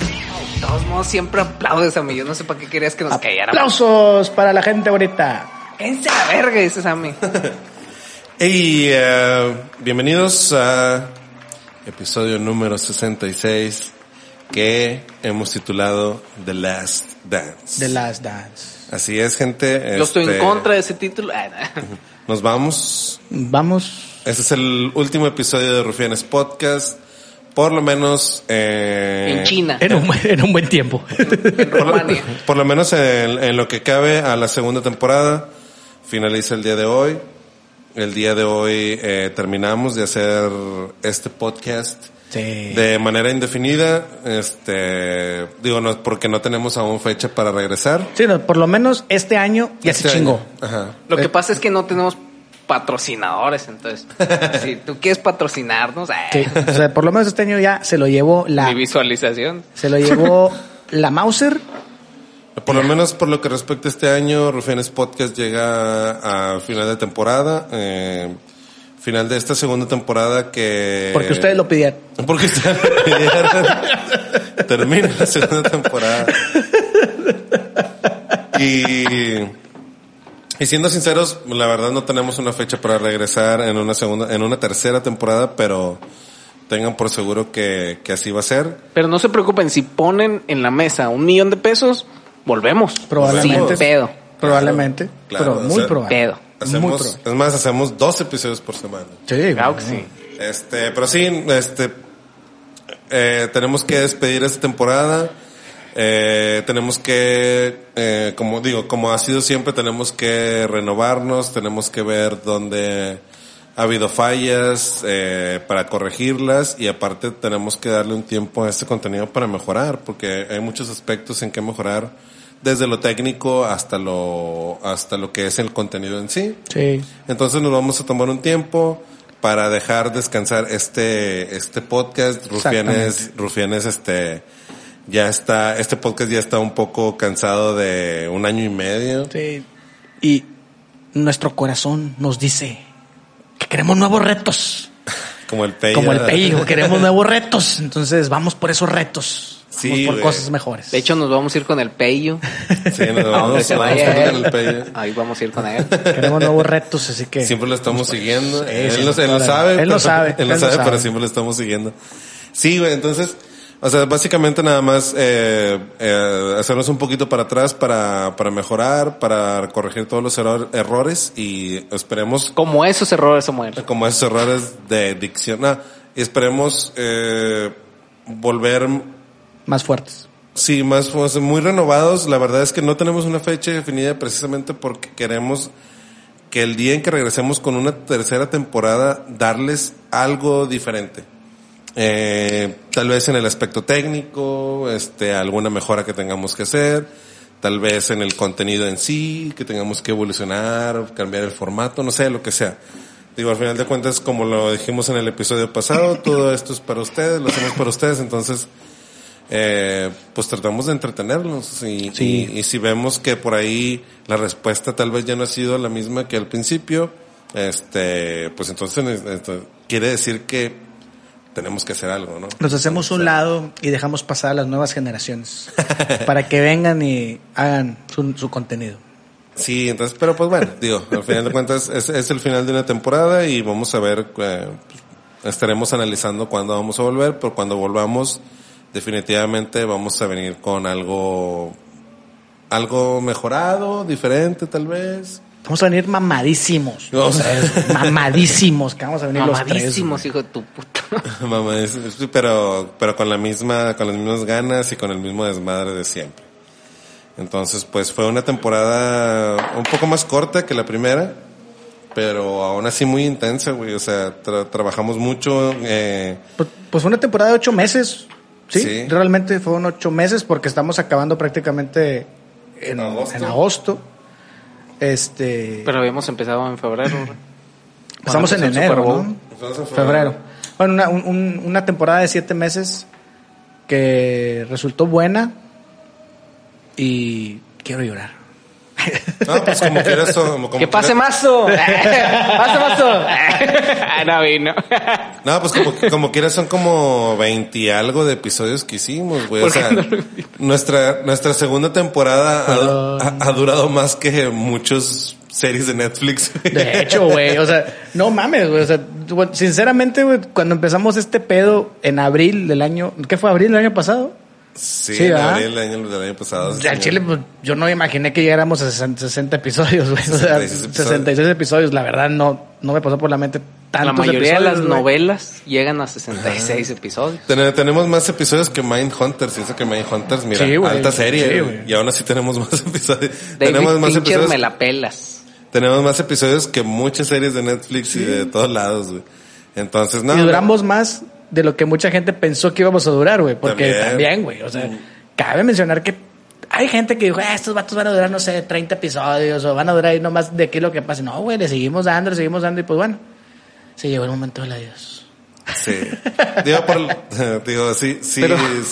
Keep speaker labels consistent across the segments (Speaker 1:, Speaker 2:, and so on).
Speaker 1: De todos modos, siempre aplaudes, Sammy. Yo no sé para qué querías que nos calláramos.
Speaker 2: Aplausos para la gente bonita.
Speaker 1: Cállense a la verga, dice Sammy.
Speaker 3: Este, Hey, eh, bienvenidos a episodio número 66 que hemos titulado The Last Dance.
Speaker 2: The Last Dance.
Speaker 3: Así es, gente.
Speaker 1: Yo estoy en
Speaker 3: este,
Speaker 1: contra de ese título. Ah,
Speaker 3: eh,
Speaker 1: no.
Speaker 3: Nos vamos.
Speaker 2: Vamos.
Speaker 3: Este es el último episodio de Rufianes Podcast. Por lo menos eh,
Speaker 1: en China,
Speaker 2: En un, buen- en un buen tiempo.
Speaker 1: en
Speaker 3: Por lo,
Speaker 1: Rumania.
Speaker 3: por lo menos en, en lo que cabe a la segunda temporada, finaliza el día de hoy. El día de hoy eh, terminamos de hacer este podcast
Speaker 2: Sí.
Speaker 3: de manera indefinida. Este, digo, no, porque no tenemos aún fecha para regresar.
Speaker 2: Sí, no, por lo menos este año ya
Speaker 3: Este
Speaker 2: se
Speaker 3: año.
Speaker 2: chingó.
Speaker 3: Ajá.
Speaker 1: Lo
Speaker 2: eh.
Speaker 1: que pasa es que no tenemos patrocinadores, entonces. si tú quieres patrocinarnos, ah,
Speaker 2: Sí, o sea, por lo menos este año ya se lo llevó la,
Speaker 1: mi visualización.
Speaker 2: se lo llevó la Mauser.
Speaker 3: Por lo menos por lo que respecta a este año, Rufianes Podcast llega a final de temporada. eh, final de esta segunda temporada que...
Speaker 2: Porque ustedes lo pidieron.
Speaker 3: Porque ustedes lo pidieron. Termina la segunda temporada. Y, y siendo sinceros, la verdad no tenemos una fecha para regresar en una segunda, en una tercera temporada, pero tengan por seguro que, que así va a ser.
Speaker 1: Pero no se preocupen, si ponen en la mesa un millón de pesos, volvemos.
Speaker 2: Probablemente.
Speaker 1: Sin pedo.
Speaker 2: Probablemente.
Speaker 3: Claro,
Speaker 2: pero
Speaker 3: o
Speaker 2: muy
Speaker 3: sea,
Speaker 2: probable.
Speaker 1: Pedo.
Speaker 2: Muy
Speaker 3: Hacemos,
Speaker 2: probable.
Speaker 3: es más, hacemos dos episodios por semana.
Speaker 2: Sí,
Speaker 1: Claro que
Speaker 2: bueno.
Speaker 1: sí.
Speaker 3: Este, pero sí, este, eh, tenemos que despedir esta temporada. Eh, tenemos que, eh, como digo, como ha sido siempre, tenemos que renovarnos, tenemos que ver dónde ha habido fallas eh, para corregirlas y aparte tenemos que darle un tiempo a este contenido para mejorar, porque hay muchos aspectos en que mejorar, desde lo técnico hasta lo, hasta lo que es el contenido en sí.
Speaker 2: Sí.
Speaker 3: Entonces nos vamos a tomar un tiempo para dejar descansar este este podcast Rufianes Rufianes este ya está este podcast ya está un poco cansado de un año y medio.
Speaker 2: Sí. Y nuestro corazón nos dice que queremos nuevos retos.
Speaker 3: Como el Peyo.
Speaker 2: Como el pello, queremos nuevos retos. Entonces vamos por esos retos. Vamos
Speaker 3: Sí,
Speaker 2: por
Speaker 3: güey.
Speaker 2: cosas mejores.
Speaker 1: De hecho, nos vamos a ir con el pello.
Speaker 3: Sí, nos
Speaker 1: A donde
Speaker 3: vamos,
Speaker 1: se
Speaker 3: nos
Speaker 1: vaya eh.
Speaker 3: vamos
Speaker 1: él.
Speaker 3: con el Peyo.
Speaker 1: Ahí vamos a ir con él.
Speaker 2: queremos nuevos retos, así que.
Speaker 3: Siempre lo estamos siguiendo.
Speaker 2: sí,
Speaker 3: él, lo,
Speaker 2: sí,
Speaker 3: él lo
Speaker 2: claro.
Speaker 3: sabe.
Speaker 2: Él lo
Speaker 3: pero-
Speaker 2: sabe,
Speaker 3: Él lo sabe, pero siempre lo estamos siguiendo. Sí, güey, entonces, o sea, básicamente nada más eh, eh, hacernos un poquito para atrás para, para mejorar, para corregir todos los erro- errores y esperemos
Speaker 1: Como esos errores, Samuel.
Speaker 3: como esos errores de dicción. ah, y esperemos eh, volver
Speaker 2: Más fuertes.
Speaker 3: Sí, más pues, muy renovados. La verdad es que no tenemos una fecha definida precisamente porque queremos que el día en que regresemos con una tercera temporada darles algo diferente. Eh, tal vez en el aspecto técnico, este, alguna mejora que tengamos que hacer, tal vez en el contenido en sí, que tengamos que evolucionar, cambiar el formato, no sé, lo que sea. Digo, al final de cuentas, como lo dijimos en el episodio pasado, todo esto es para ustedes, lo hacemos para ustedes, entonces eh, pues tratamos de entretenerlos y,
Speaker 2: Sí.
Speaker 3: y- y si vemos que por ahí la respuesta tal vez ya no ha sido la misma que al principio, este, pues entonces esto quiere decir que tenemos que hacer algo, ¿no?
Speaker 2: Nos hacemos un lado y dejamos pasar a las nuevas generaciones para que vengan y hagan su, su contenido.
Speaker 3: Sí, entonces, pero pues bueno, digo, al final de cuentas es, es el final de una temporada y vamos a ver, eh, estaremos analizando cuándo vamos a volver, pero cuando volvamos definitivamente vamos a venir con algo, algo mejorado, diferente tal vez.
Speaker 2: Vamos a venir mamadísimos.
Speaker 3: No,
Speaker 2: O sea, es mamadísimos, que vamos a venir los tres.
Speaker 1: Mamadísimos, hijo de tu puta.
Speaker 3: Mamá, es- es- pero, pero con la misma, con las mismas ganas y con el mismo desmadre de siempre. Entonces, pues fue una temporada un poco más corta que la primera, pero aún así muy intensa, güey. O sea, tra- trabajamos mucho. Eh,
Speaker 2: Pues, pues fue una temporada de ocho meses. Sí,
Speaker 3: Sí.
Speaker 2: realmente fueron ocho meses porque estamos acabando prácticamente en,
Speaker 3: En agosto.
Speaker 2: en agosto. Este,
Speaker 1: Pero habíamos empezado en febrero. güey.
Speaker 2: estamos
Speaker 1: Cuando
Speaker 2: en
Speaker 1: empezó el
Speaker 2: enero,
Speaker 1: Super Bowl.
Speaker 2: ¿no?
Speaker 3: Empezamos en
Speaker 2: Febrero. Bueno, una, un- un- una temporada de siete meses que resultó buena y quiero llorar.
Speaker 3: no, pues como quieras, o- como, como
Speaker 1: ¡Que pase
Speaker 3: quiera-
Speaker 1: mazo! ¡Pase mazo! Ah, no, güey, no.
Speaker 3: No, pues como, como quieras son como 20 y algo de episodios que hicimos, güey. O
Speaker 1: ¿Por qué
Speaker 3: sea,
Speaker 1: no lo
Speaker 3: nuestra, nuestra segunda temporada ha,
Speaker 1: Ah.
Speaker 3: ha- ha durado más que muchos series de Netflix. güey.
Speaker 2: De hecho, güey, o sea, no mames, güey, o sea, bueno, sinceramente, güey, cuando empezamos este pedo en abril del año, ¿qué fue abril del año pasado?
Speaker 3: Sí,
Speaker 2: Sí,
Speaker 3: en
Speaker 2: ¿verdad?
Speaker 3: abril del año, del año pasado.
Speaker 2: Al chile, pues, yo no imaginé que llegáramos a 60, 60 episodios, güey. O sea,
Speaker 3: 66 episodios.
Speaker 2: 66 episodios. La verdad, no, no me pasó por la mente
Speaker 1: La
Speaker 2: tantos
Speaker 1: mayoría de
Speaker 2: episodios,
Speaker 1: las
Speaker 2: güey.
Speaker 1: novelas llegan a 66 episodios.
Speaker 3: Ten- tenemos más episodios que Mindhunters. Y eso que Mindhunters, mira,
Speaker 2: Sí, güey.
Speaker 3: alta serie.
Speaker 2: Sí,
Speaker 3: güey.
Speaker 2: güey.
Speaker 3: y aún así tenemos más episodios.
Speaker 1: David
Speaker 3: tenemos más
Speaker 1: Fincher
Speaker 3: episodios.
Speaker 1: me la pelas.
Speaker 3: Tenemos más episodios que muchas series de Netflix y de todos lados, güey. Entonces, no.
Speaker 2: y duramos más de lo que mucha gente pensó que íbamos a durar, güey. Porque
Speaker 3: También. Mm.
Speaker 2: también, güey. O sea, cabe mencionar que hay gente que dijo, "Ah, estos vatos van a durar, no sé, 30 episodios o van a durar ahí nomás de aquí lo que pase. No, güey, le seguimos dando, le seguimos dando y pues bueno. Se llegó el momento del adiós.
Speaker 3: Sí. Digo, por- digo, sí, sí,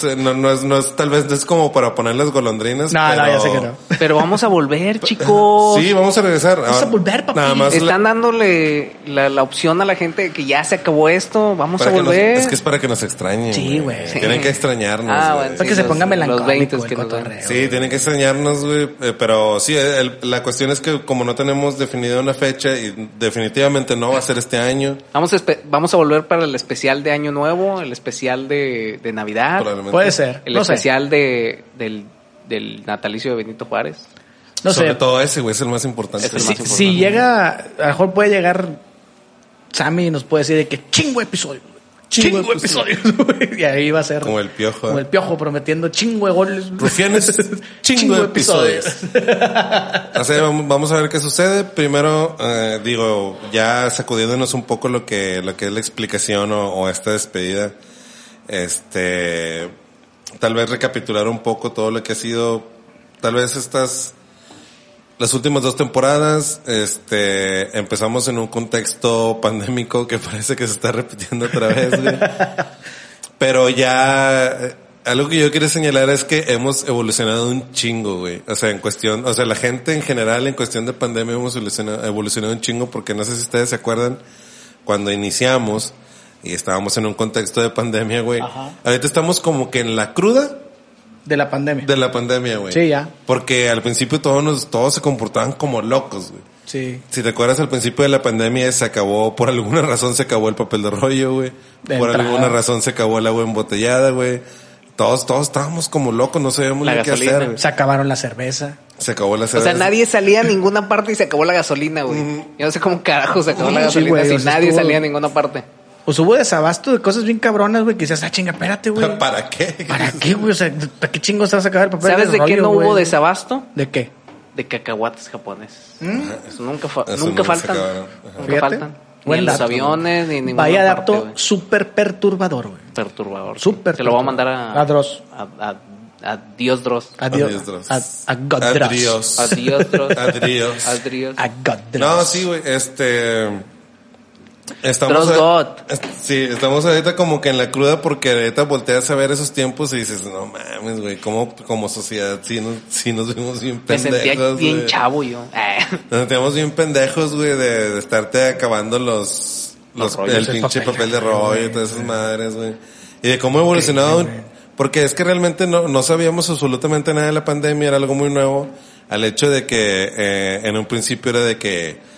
Speaker 3: sí, no, no es, no es, tal vez no es como para poner las golondrinas.
Speaker 2: No, no,
Speaker 3: pero-
Speaker 2: ya sé que no.
Speaker 1: Pero vamos a volver, chicos.
Speaker 3: Sí, vamos a regresar.
Speaker 2: Vamos a volver, papi.
Speaker 3: Nada más
Speaker 1: Están dándole la, la opción a la gente de que ya se acabó esto, vamos a
Speaker 3: para que nos-
Speaker 1: volver.
Speaker 3: es que es para que nos extrañen.
Speaker 2: Sí, güey.
Speaker 3: Tienen que extrañarnos.
Speaker 1: Ah,
Speaker 3: güey.
Speaker 1: bueno,
Speaker 2: Para
Speaker 1: Sí,
Speaker 2: que se
Speaker 1: los-
Speaker 2: ponga
Speaker 1: los
Speaker 2: melancólico
Speaker 1: 20
Speaker 2: el
Speaker 1: que nos dan.
Speaker 2: cotorreo.
Speaker 3: Sí, tienen que extrañarnos, güey. eh, pero sí, el- la cuestión es que como no tenemos definida una fecha y definitivamente no va a ser este año,
Speaker 1: Vamos, a espe- vamos a volver para el especial de Año Nuevo, el especial de, de Navidad,
Speaker 3: probablemente.
Speaker 2: Puede ser.
Speaker 1: el
Speaker 2: no sé.
Speaker 1: especial de, del, del natalicio de Benito Juárez.
Speaker 2: No
Speaker 3: Sobre
Speaker 2: sé.
Speaker 3: todo ese, güey, es el más importante.
Speaker 1: Es el
Speaker 2: si,
Speaker 1: más
Speaker 2: si
Speaker 1: importante.
Speaker 2: llega, a lo mejor puede llegar Sammy y nos puede decir de que chingo episodio. güey. Chingo,
Speaker 3: Chingo
Speaker 2: episodios. güey". y ahí va a ser.
Speaker 3: Como el piojo.
Speaker 2: Como el piojo prometiendo chingo de goles.
Speaker 3: Rufianes, chingo, de episodios. Así que vamos, vamos a ver qué sucede. Primero, eh, digo, ya sacudiéndonos un poco lo que, lo que es la explicación o, o esta despedida, este, tal vez recapitular un poco todo lo que ha sido, tal vez estas, las últimas dos temporadas, este, empezamos en un contexto pandémico que parece que se está repitiendo otra vez, güey. Pero ya, eh, algo que yo quiero señalar es que hemos evolucionado un chingo, güey. O sea, en cuestión, o sea, la gente en general en cuestión de pandemia hemos evolucionado, evolucionado un chingo porque no sé si ustedes se acuerdan cuando iniciamos y estábamos en un contexto de pandemia, güey.
Speaker 2: Ajá.
Speaker 3: Ahorita estamos como que en la cruda
Speaker 2: De la pandemia.
Speaker 3: de la pandemia, güey.
Speaker 2: Sí, ya.
Speaker 3: Porque al principio todos nos, todos se comportaban como locos, güey.
Speaker 2: Sí.
Speaker 3: Si te acuerdas al principio de la pandemia se acabó, por alguna razón se acabó el papel de rollo, güey.
Speaker 2: De
Speaker 3: Por
Speaker 2: entrada.
Speaker 3: alguna razón se acabó el agua embotellada, güey. Todos, todos estábamos como locos, no sabíamos
Speaker 1: La
Speaker 3: ni qué
Speaker 1: gasolina.
Speaker 3: hacer. güey.
Speaker 2: Se acabaron la cerveza.
Speaker 3: Se acabó la
Speaker 1: O sea,
Speaker 3: cerveza.
Speaker 1: nadie salía a ninguna parte y se acabó la gasolina, güey. Yo no sé cómo carajo se acabó la
Speaker 2: Mm. Sí,
Speaker 1: gasolina
Speaker 2: güey,
Speaker 1: si
Speaker 2: o sea,
Speaker 1: nadie
Speaker 2: estuvo-
Speaker 1: salía a ninguna parte.
Speaker 2: Pues hubo desabasto de cosas bien cabronas, güey, que dices, ah, chinga, espérate, güey.
Speaker 3: ¿Para qué?
Speaker 2: ¿Para qué, güey? O sea, ¿para qué chingos te vas a acabar el papel
Speaker 1: ¿Sabes de
Speaker 2: del
Speaker 1: qué
Speaker 2: rollo,
Speaker 1: no hubo
Speaker 2: güey?
Speaker 1: desabasto?
Speaker 2: ¿De qué? ¿Mm?
Speaker 1: De cacahuates japoneses. Eso nunca, fa- nunca
Speaker 3: Eso nunca se
Speaker 1: faltan.
Speaker 3: acabaron. Ajá.
Speaker 1: Nunca
Speaker 2: Fíjate.
Speaker 1: faltan. Ni
Speaker 2: Buen
Speaker 1: en los
Speaker 2: dato.
Speaker 1: aviones, ni en ninguna
Speaker 2: Vaya
Speaker 1: parte,
Speaker 2: dato
Speaker 1: güey.
Speaker 2: súper perturbador, güey.
Speaker 1: Perturbador.
Speaker 2: Súper
Speaker 1: Te lo voy a mandar
Speaker 2: perturbador.
Speaker 1: a...
Speaker 2: A Dross.
Speaker 1: A, a- a Dios Dross.
Speaker 2: Adiós.
Speaker 3: Adiós, Dross.
Speaker 2: A, a God Dross.
Speaker 3: Adiós.
Speaker 1: A Dios Dross.
Speaker 3: A Dios.
Speaker 1: A Dios.
Speaker 2: A God Dross.
Speaker 3: No, sí, güey, este... Estamos,
Speaker 1: Dross
Speaker 3: a-
Speaker 1: God.
Speaker 3: est- sí, estamos ahorita como que en la cruda porque ahorita volteas a ver esos tiempos y dices, no mames, güey, como, como sociedad sí nos, sí nos vimos bien
Speaker 1: Me
Speaker 3: pendejos.
Speaker 1: sentía bien
Speaker 3: güey.
Speaker 1: chavo yo. Eh.
Speaker 3: Nos sentíamos bien pendejos, güey, de, de estarte acabando los, los,
Speaker 1: Los rollos,
Speaker 3: el
Speaker 2: el
Speaker 3: pinche
Speaker 2: papel.
Speaker 3: papel, de rollo y todas esas madres, güey. Y de cómo ha evolucionado,
Speaker 2: Increíble.
Speaker 3: porque es que realmente no, no sabíamos absolutamente nada de la pandemia, era algo muy nuevo, al hecho de que eh, en un principio era de que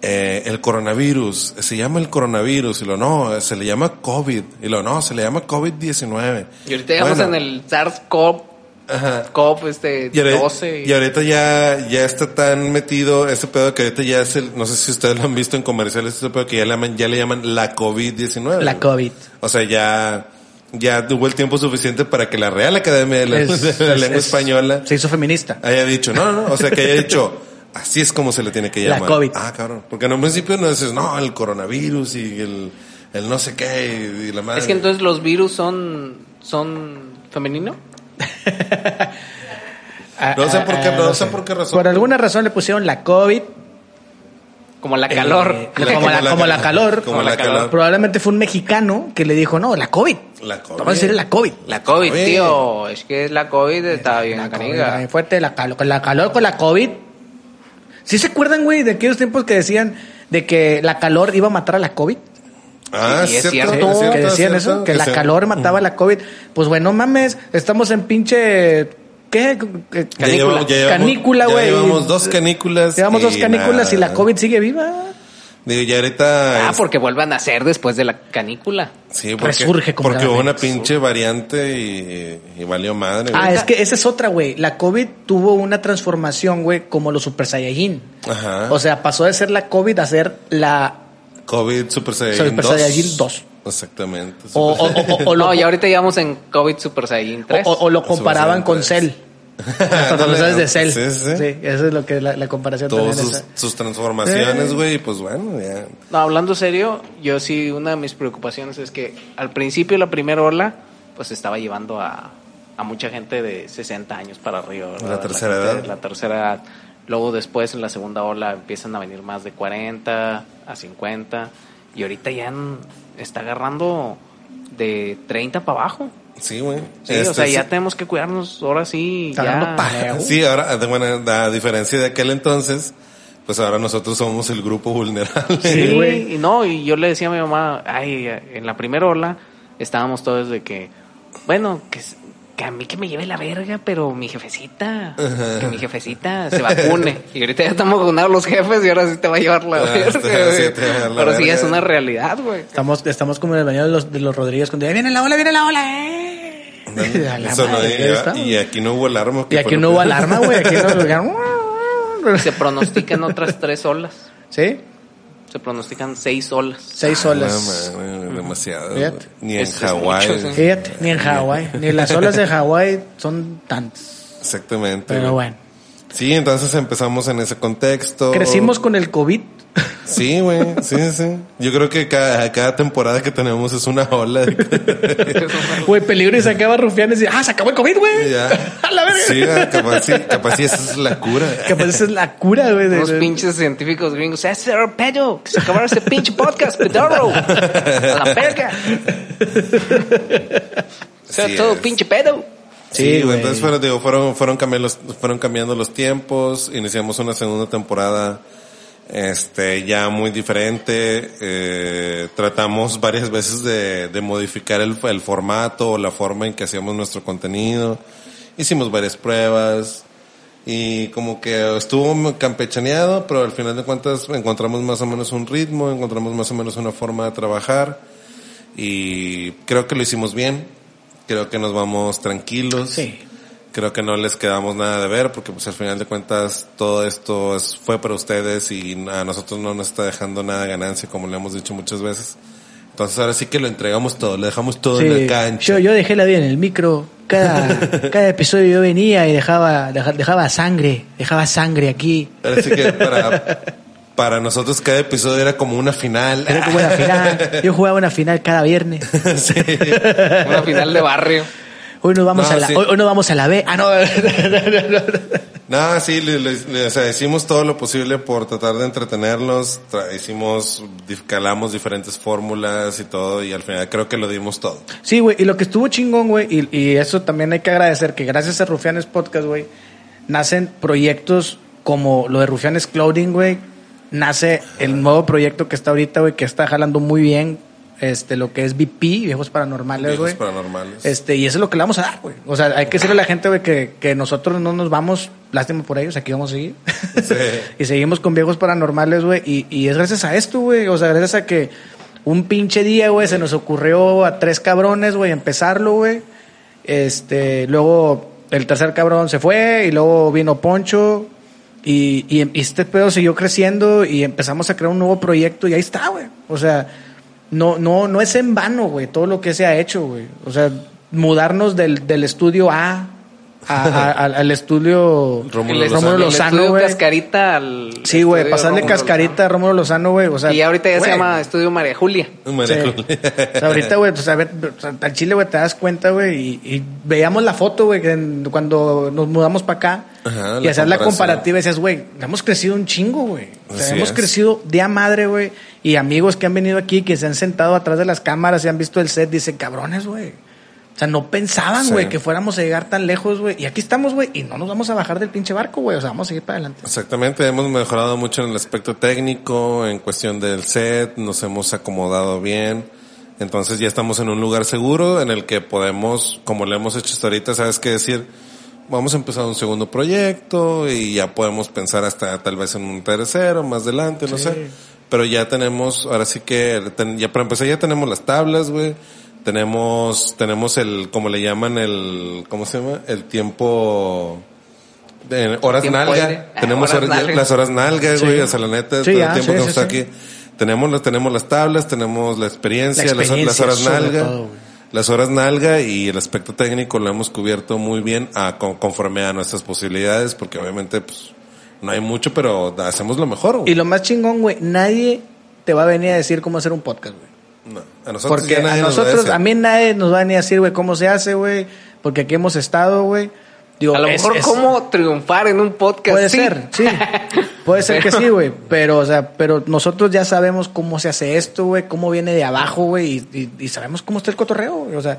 Speaker 3: eh, el coronavirus, se llama el coronavirus, y lo no, se le llama COVID, y lo no, se le llama COVID-19.
Speaker 1: Y ahorita llegamos
Speaker 3: Bueno,
Speaker 1: en el SARS-CoV.
Speaker 3: Ajá.
Speaker 1: CoV este,
Speaker 3: Y ahorita,
Speaker 1: 12.
Speaker 3: y ahorita ya, ya está tan metido ese pedo que ahorita ya es el, no sé si ustedes lo han visto en comerciales, ese pedo que ya le llaman, ya le llaman la COVID-19.
Speaker 2: La
Speaker 3: güey.
Speaker 2: COVID.
Speaker 3: O sea, ya, ya tuvo el tiempo suficiente para que la Real Academia de la,
Speaker 2: Es-
Speaker 3: de la
Speaker 2: es-
Speaker 3: Lengua
Speaker 2: es-
Speaker 3: Española
Speaker 2: Se hizo feminista.
Speaker 3: haya dicho, no, no, no, o sea, que haya dicho, así es como se le tiene que
Speaker 2: La
Speaker 3: llamar.
Speaker 2: COVID.
Speaker 3: Ah, cabrón. Porque en un principio no dices, no, el coronavirus y el, el no sé qué y, y la madre.
Speaker 1: Es que entonces los virus son, son femenino.
Speaker 3: No sé por qué,
Speaker 2: Ah,
Speaker 3: no sé por qué razón.
Speaker 2: Por alguna razón le pusieron la COVID.
Speaker 1: Como la
Speaker 2: eh,
Speaker 1: calor.
Speaker 2: la- como, la, como la calor.
Speaker 3: Como la calor.
Speaker 2: Probablemente fue un mexicano que le dijo, no, la COVID.
Speaker 3: La COVID.
Speaker 2: Vamos a decir la COVID.
Speaker 1: La COVID,
Speaker 3: Oye.
Speaker 1: tío. Es que la COVID está bien
Speaker 2: La COVID,
Speaker 1: caniga.
Speaker 2: bien fuerte, la calor, con la calor, con la COVID. ¿Sí se acuerdan, güey, de aquellos tiempos que decían de que la calor iba a matar a la COVID?
Speaker 3: Ah,
Speaker 1: Sí, es
Speaker 3: es cierto.
Speaker 1: cierto,
Speaker 3: es cierto,
Speaker 2: que
Speaker 3: es
Speaker 2: decían
Speaker 3: cierto,
Speaker 2: eso, que, la
Speaker 3: sea-
Speaker 2: calor mataba a la COVID. Pues bueno, mames, estamos en pinche... ¿Qué? Eh,
Speaker 3: Ya llevamos- ya llevamos-
Speaker 2: canícula,
Speaker 3: ya
Speaker 2: güey.
Speaker 3: llevamos dos canículas.
Speaker 2: Llevamos dos
Speaker 3: y
Speaker 2: canículas y
Speaker 3: nada.
Speaker 2: la COVID sigue viva.
Speaker 3: Digo, ya ahorita.
Speaker 1: Ah,
Speaker 3: es-
Speaker 1: porque vuelvan a ser después de la canícula.
Speaker 3: sí, porque,
Speaker 2: resurge como
Speaker 3: Porque
Speaker 2: cada
Speaker 3: hubo
Speaker 2: vez.
Speaker 3: una pinche variante y, y valió madre.
Speaker 2: Ah,
Speaker 3: güey.
Speaker 2: es que esa es otra, güey. La COVID tuvo una transformación, güey, como los Super Saiyajin.
Speaker 3: Ajá.
Speaker 2: O sea, pasó de ser la COVID a ser la...
Speaker 3: COVID Super Saiyajin
Speaker 2: Super
Speaker 3: 2.
Speaker 2: Saiyajin 2.
Speaker 3: Exactamente.
Speaker 2: O, o- o- o- o lo,
Speaker 1: no, y ahorita llevamos en COVID Super Saiyan 3.
Speaker 2: o- o lo
Speaker 3: Super
Speaker 2: comparaban
Speaker 3: Saiyan
Speaker 2: con
Speaker 3: 3.
Speaker 2: Cell. Hasta cuando
Speaker 3: Ándale,
Speaker 2: sabes de Cell.
Speaker 3: sí, sí.
Speaker 2: esa es lo que la, la comparación
Speaker 3: Todas
Speaker 2: también
Speaker 3: sus,
Speaker 2: esa.
Speaker 3: sus transformaciones,
Speaker 2: Eh.
Speaker 3: güey, y pues bueno, ya.
Speaker 1: No, hablando serio, yo sí, una de mis preocupaciones es que al principio la primera ola, pues estaba llevando a, a mucha gente de 60 años para arriba. ¿verdad?
Speaker 3: La tercera
Speaker 1: gente
Speaker 3: edad.
Speaker 1: de La tercera edad. Luego después en la segunda ola empiezan a venir más de 40 a 50 y ahorita ya en- está agarrando de 30 para abajo.
Speaker 3: Sí, güey.
Speaker 1: Sí,
Speaker 3: Este,
Speaker 1: o sea, ya
Speaker 3: sí.
Speaker 1: tenemos que cuidarnos ahora sí.
Speaker 2: Está
Speaker 1: ya.
Speaker 2: dando paja.
Speaker 3: Sí, ahora, de- bueno, a diferencia de aquel entonces, pues ahora nosotros somos el grupo vulnerable.
Speaker 2: Sí,
Speaker 1: Sí,
Speaker 2: güey.
Speaker 1: y no, y yo le decía a mi mamá, ay, en la primera ola estábamos todos de que, bueno, que, s- que a mí que me lleve la verga, pero mi jefecita, que mi jefecita se vacune. Y ahorita ya estamos vacunados los jefes y ahora sí te va a llevar la
Speaker 3: Ah,
Speaker 1: verga.
Speaker 3: sí,
Speaker 1: güey.
Speaker 3: te va a llevar la
Speaker 1: pero sí
Speaker 3: verga.
Speaker 1: es una realidad, güey.
Speaker 2: Estamos, estamos como en el baño de los, de los Rodríguez cuando "Ahí viene la ola, viene la ola, eh. A la
Speaker 3: Eso no,
Speaker 2: madre,
Speaker 3: y-
Speaker 2: ahí estamos.
Speaker 3: y, aquí no hubo alarma.
Speaker 2: Y
Speaker 3: que
Speaker 2: aquí
Speaker 3: fue lo
Speaker 2: no hubo
Speaker 3: peor.
Speaker 2: alarma, güey. Aquí no
Speaker 1: Se pronostican otras tres olas.
Speaker 2: ¿Sí?
Speaker 1: Se pronostican seis olas.
Speaker 2: Seis
Speaker 3: Ah, No,
Speaker 2: olas.
Speaker 3: man, güey, demasiado.
Speaker 2: Fíjate.
Speaker 3: güey. Ni en
Speaker 1: Es- es
Speaker 3: Hawái.
Speaker 1: mucho, sí.
Speaker 2: Fíjate, ni en Hawái. Ni las olas de Hawái son tantas.
Speaker 3: Exactamente.
Speaker 2: Pero
Speaker 3: güey.
Speaker 2: bueno.
Speaker 3: Sí, entonces empezamos en ese contexto.
Speaker 2: Crecimos con el COVID.
Speaker 3: Sí, güey. Sí, sí. Yo creo que cada, cada temporada que tenemos es una ola. de-
Speaker 2: Güey, peligro y sacaba rufianes y ah, se acabó el COVID, güey.
Speaker 3: ya.
Speaker 2: A la verga.
Speaker 3: Sí, güey, capaz, sí, capaz sí, esa es la cura.
Speaker 2: Capaz pues esa es la cura, güey. de-
Speaker 1: Unos
Speaker 2: de-
Speaker 1: pinches científicos gringos. ¡Ese era pedo! ¡Que se acabara ese pinche podcast, pedorro! ¡A la verga!
Speaker 3: Sí,
Speaker 1: ¡Sea todo
Speaker 3: es.
Speaker 1: pinche pedo!
Speaker 3: Sí,
Speaker 2: Sí,
Speaker 3: güey.
Speaker 2: güey.
Speaker 3: Entonces fueron, digo, fueron, fueron, cambiando los, fueron cambiando los tiempos. Iniciamos una segunda temporada, este, ya muy diferente. Eh, tratamos varias veces de, de modificar el, el formato o la forma en que hacíamos nuestro contenido. Hicimos varias pruebas. Y como que estuvo campechaneado, pero al final de cuentas encontramos más o menos un ritmo, encontramos más o menos una forma de trabajar y creo que lo hicimos bien. Creo que nos vamos tranquilos.
Speaker 2: Sí.
Speaker 3: Creo que no les quedamos nada de ver porque pues al final de cuentas todo esto es- fue para ustedes y a nosotros no nos está dejando nada de ganancia como le hemos dicho muchas veces. Entonces ahora sí que lo entregamos todo, le dejamos todo en
Speaker 2: Sí,
Speaker 3: la cancha.
Speaker 2: yo, yo dejé la vida en el micro. Cada, cada episodio yo venía y dejaba, deja- dejaba sangre. Dejaba sangre aquí.
Speaker 3: Ahora sí que para, para nosotros cada episodio era como una final.
Speaker 2: Era como una final. Yo jugaba una final cada viernes.
Speaker 3: Sí.
Speaker 1: Una final de barrio.
Speaker 2: Hoy nos vamos, a,
Speaker 3: No,
Speaker 2: la,
Speaker 3: sí.
Speaker 2: hoy, hoy nos vamos a la B. Ah, no.
Speaker 3: No, sí, le- le- le- o sea, hicimos todo lo posible por tratar de entretenerlos, tra- hicimos, dif- calamos diferentes fórmulas y todo, y al final creo que lo dimos todo.
Speaker 2: Sí, güey, y lo que estuvo chingón, güey, y, y eso también hay que agradecer, que gracias a Rufianes Podcast, güey, nacen proyectos como lo de Rufianes Clothing, güey, nace el nuevo proyecto que está ahorita, güey, que está jalando muy bien, este, lo que es VP, Viejos Paranormales,
Speaker 3: Viejos
Speaker 2: güey.
Speaker 3: paranormales.
Speaker 2: Este, y eso es lo que le vamos a dar, güey. O sea, hay que decirle a la gente, güey, que, que nosotros no nos vamos, lástima por ellos, aquí vamos a seguir.
Speaker 3: Sí.
Speaker 2: y seguimos con viejos paranormales, güey. Y, y es gracias a esto, güey. O sea, gracias a que un pinche día, güey, se nos ocurrió a tres cabrones, güey, empezarlo, güey. Este, luego el tercer cabrón se fue y luego vino Poncho. Y, y- y este pedo siguió creciendo y empezamos a crear un nuevo proyecto y ahí está, güey. O sea, no, no, no es en vano, güey, todo lo que se ha hecho, güey. O sea, mudarnos del, del estudio A, a- a- al, al estudio Rómulo
Speaker 3: Rómulo Lozano.
Speaker 2: Lozano,
Speaker 1: Estudio
Speaker 2: güey.
Speaker 1: Cascarita al.
Speaker 2: Sí, güey,
Speaker 1: estudio
Speaker 2: pasarle
Speaker 1: Este, Rómulo
Speaker 2: cascarita a Rómulo Lozano, güey. O sea,
Speaker 1: Lozano. Y ahorita ya se
Speaker 2: güey,
Speaker 1: llama Estudio María Julia.
Speaker 3: María
Speaker 2: Sí.
Speaker 3: Julia.
Speaker 2: O sea, ahorita, güey, pues a ver, o sea, al chile, güey, te das cuenta, güey, y, y veíamos la foto, güey, que en- cuando nos mudamos para acá
Speaker 3: Ajá,
Speaker 2: y
Speaker 3: la
Speaker 2: hacías la
Speaker 3: comparación.
Speaker 2: comparativa y decías, güey, hemos crecido un chingo, güey. O sea,
Speaker 3: Así
Speaker 2: hemos
Speaker 3: es.
Speaker 2: crecido de a madre, güey, y amigos que han venido aquí, que se han sentado atrás de las cámaras y han visto el set, dicen, cabrones, güey. O sea, no pensaban,
Speaker 3: Sí.
Speaker 2: güey, que fuéramos a llegar tan lejos, güey. Y aquí estamos, güey, y no nos vamos a bajar del pinche barco, güey. O sea, vamos a seguir para adelante.
Speaker 3: Exactamente, hemos mejorado mucho en el aspecto técnico, en cuestión del set, nos hemos acomodado bien. Entonces ya estamos en un lugar seguro en el que podemos, como le hemos hecho hasta ahorita, sabes qué decir, vamos a empezar un segundo proyecto y ya podemos pensar hasta tal vez en un tercero, más adelante, no sé. Pero ya tenemos, ahora sí que, ten- ya para empezar ya tenemos las tablas, güey. Tenemos, tenemos el, como le llaman el, ¿cómo se llama? El tiempo, de horas
Speaker 1: Tiempo aire.
Speaker 3: nalga.
Speaker 1: Ah,
Speaker 3: Tenemos
Speaker 1: horas
Speaker 3: horas-
Speaker 1: nalga.
Speaker 3: las horas nalgas,
Speaker 2: Sí.
Speaker 3: güey, hasta la neta,
Speaker 2: Sí,
Speaker 3: todo
Speaker 2: ya,
Speaker 3: el tiempo
Speaker 2: sí,
Speaker 3: que
Speaker 2: sí,
Speaker 3: hemos estado
Speaker 2: sí.
Speaker 3: aquí. Tenemos, las- tenemos las tablas, tenemos la experiencia,
Speaker 2: La
Speaker 3: las-
Speaker 2: experiencia,
Speaker 3: las,
Speaker 2: sobre
Speaker 3: horas nalga.
Speaker 2: todo, güey.
Speaker 3: las horas nalga y el aspecto técnico lo hemos cubierto muy bien a, con- conforme a nuestras posibilidades, porque obviamente, pues, no hay mucho, pero hacemos lo mejor, güey.
Speaker 2: Y lo más chingón, güey, nadie te va a venir a decir cómo hacer un podcast, güey.
Speaker 3: No, a nosotros
Speaker 2: Porque
Speaker 3: ya nadie
Speaker 2: a
Speaker 3: nos va
Speaker 2: nosotros,
Speaker 3: decir.
Speaker 2: a mí nadie nos va a venir a decir, güey, cómo se hace, güey, porque aquí hemos estado, güey. Digo,
Speaker 1: A lo
Speaker 2: es-
Speaker 1: mejor,
Speaker 2: es-
Speaker 1: ¿cómo triunfar en un podcast?
Speaker 2: Puede
Speaker 1: Sí.
Speaker 2: ser, sí. Puede ser que
Speaker 1: Pero-
Speaker 2: sí, güey. Pero, o sea, pero nosotros ya sabemos cómo se hace esto, güey, cómo viene de abajo, güey, y, y- y sabemos cómo está el cotorreo, güey. O sea,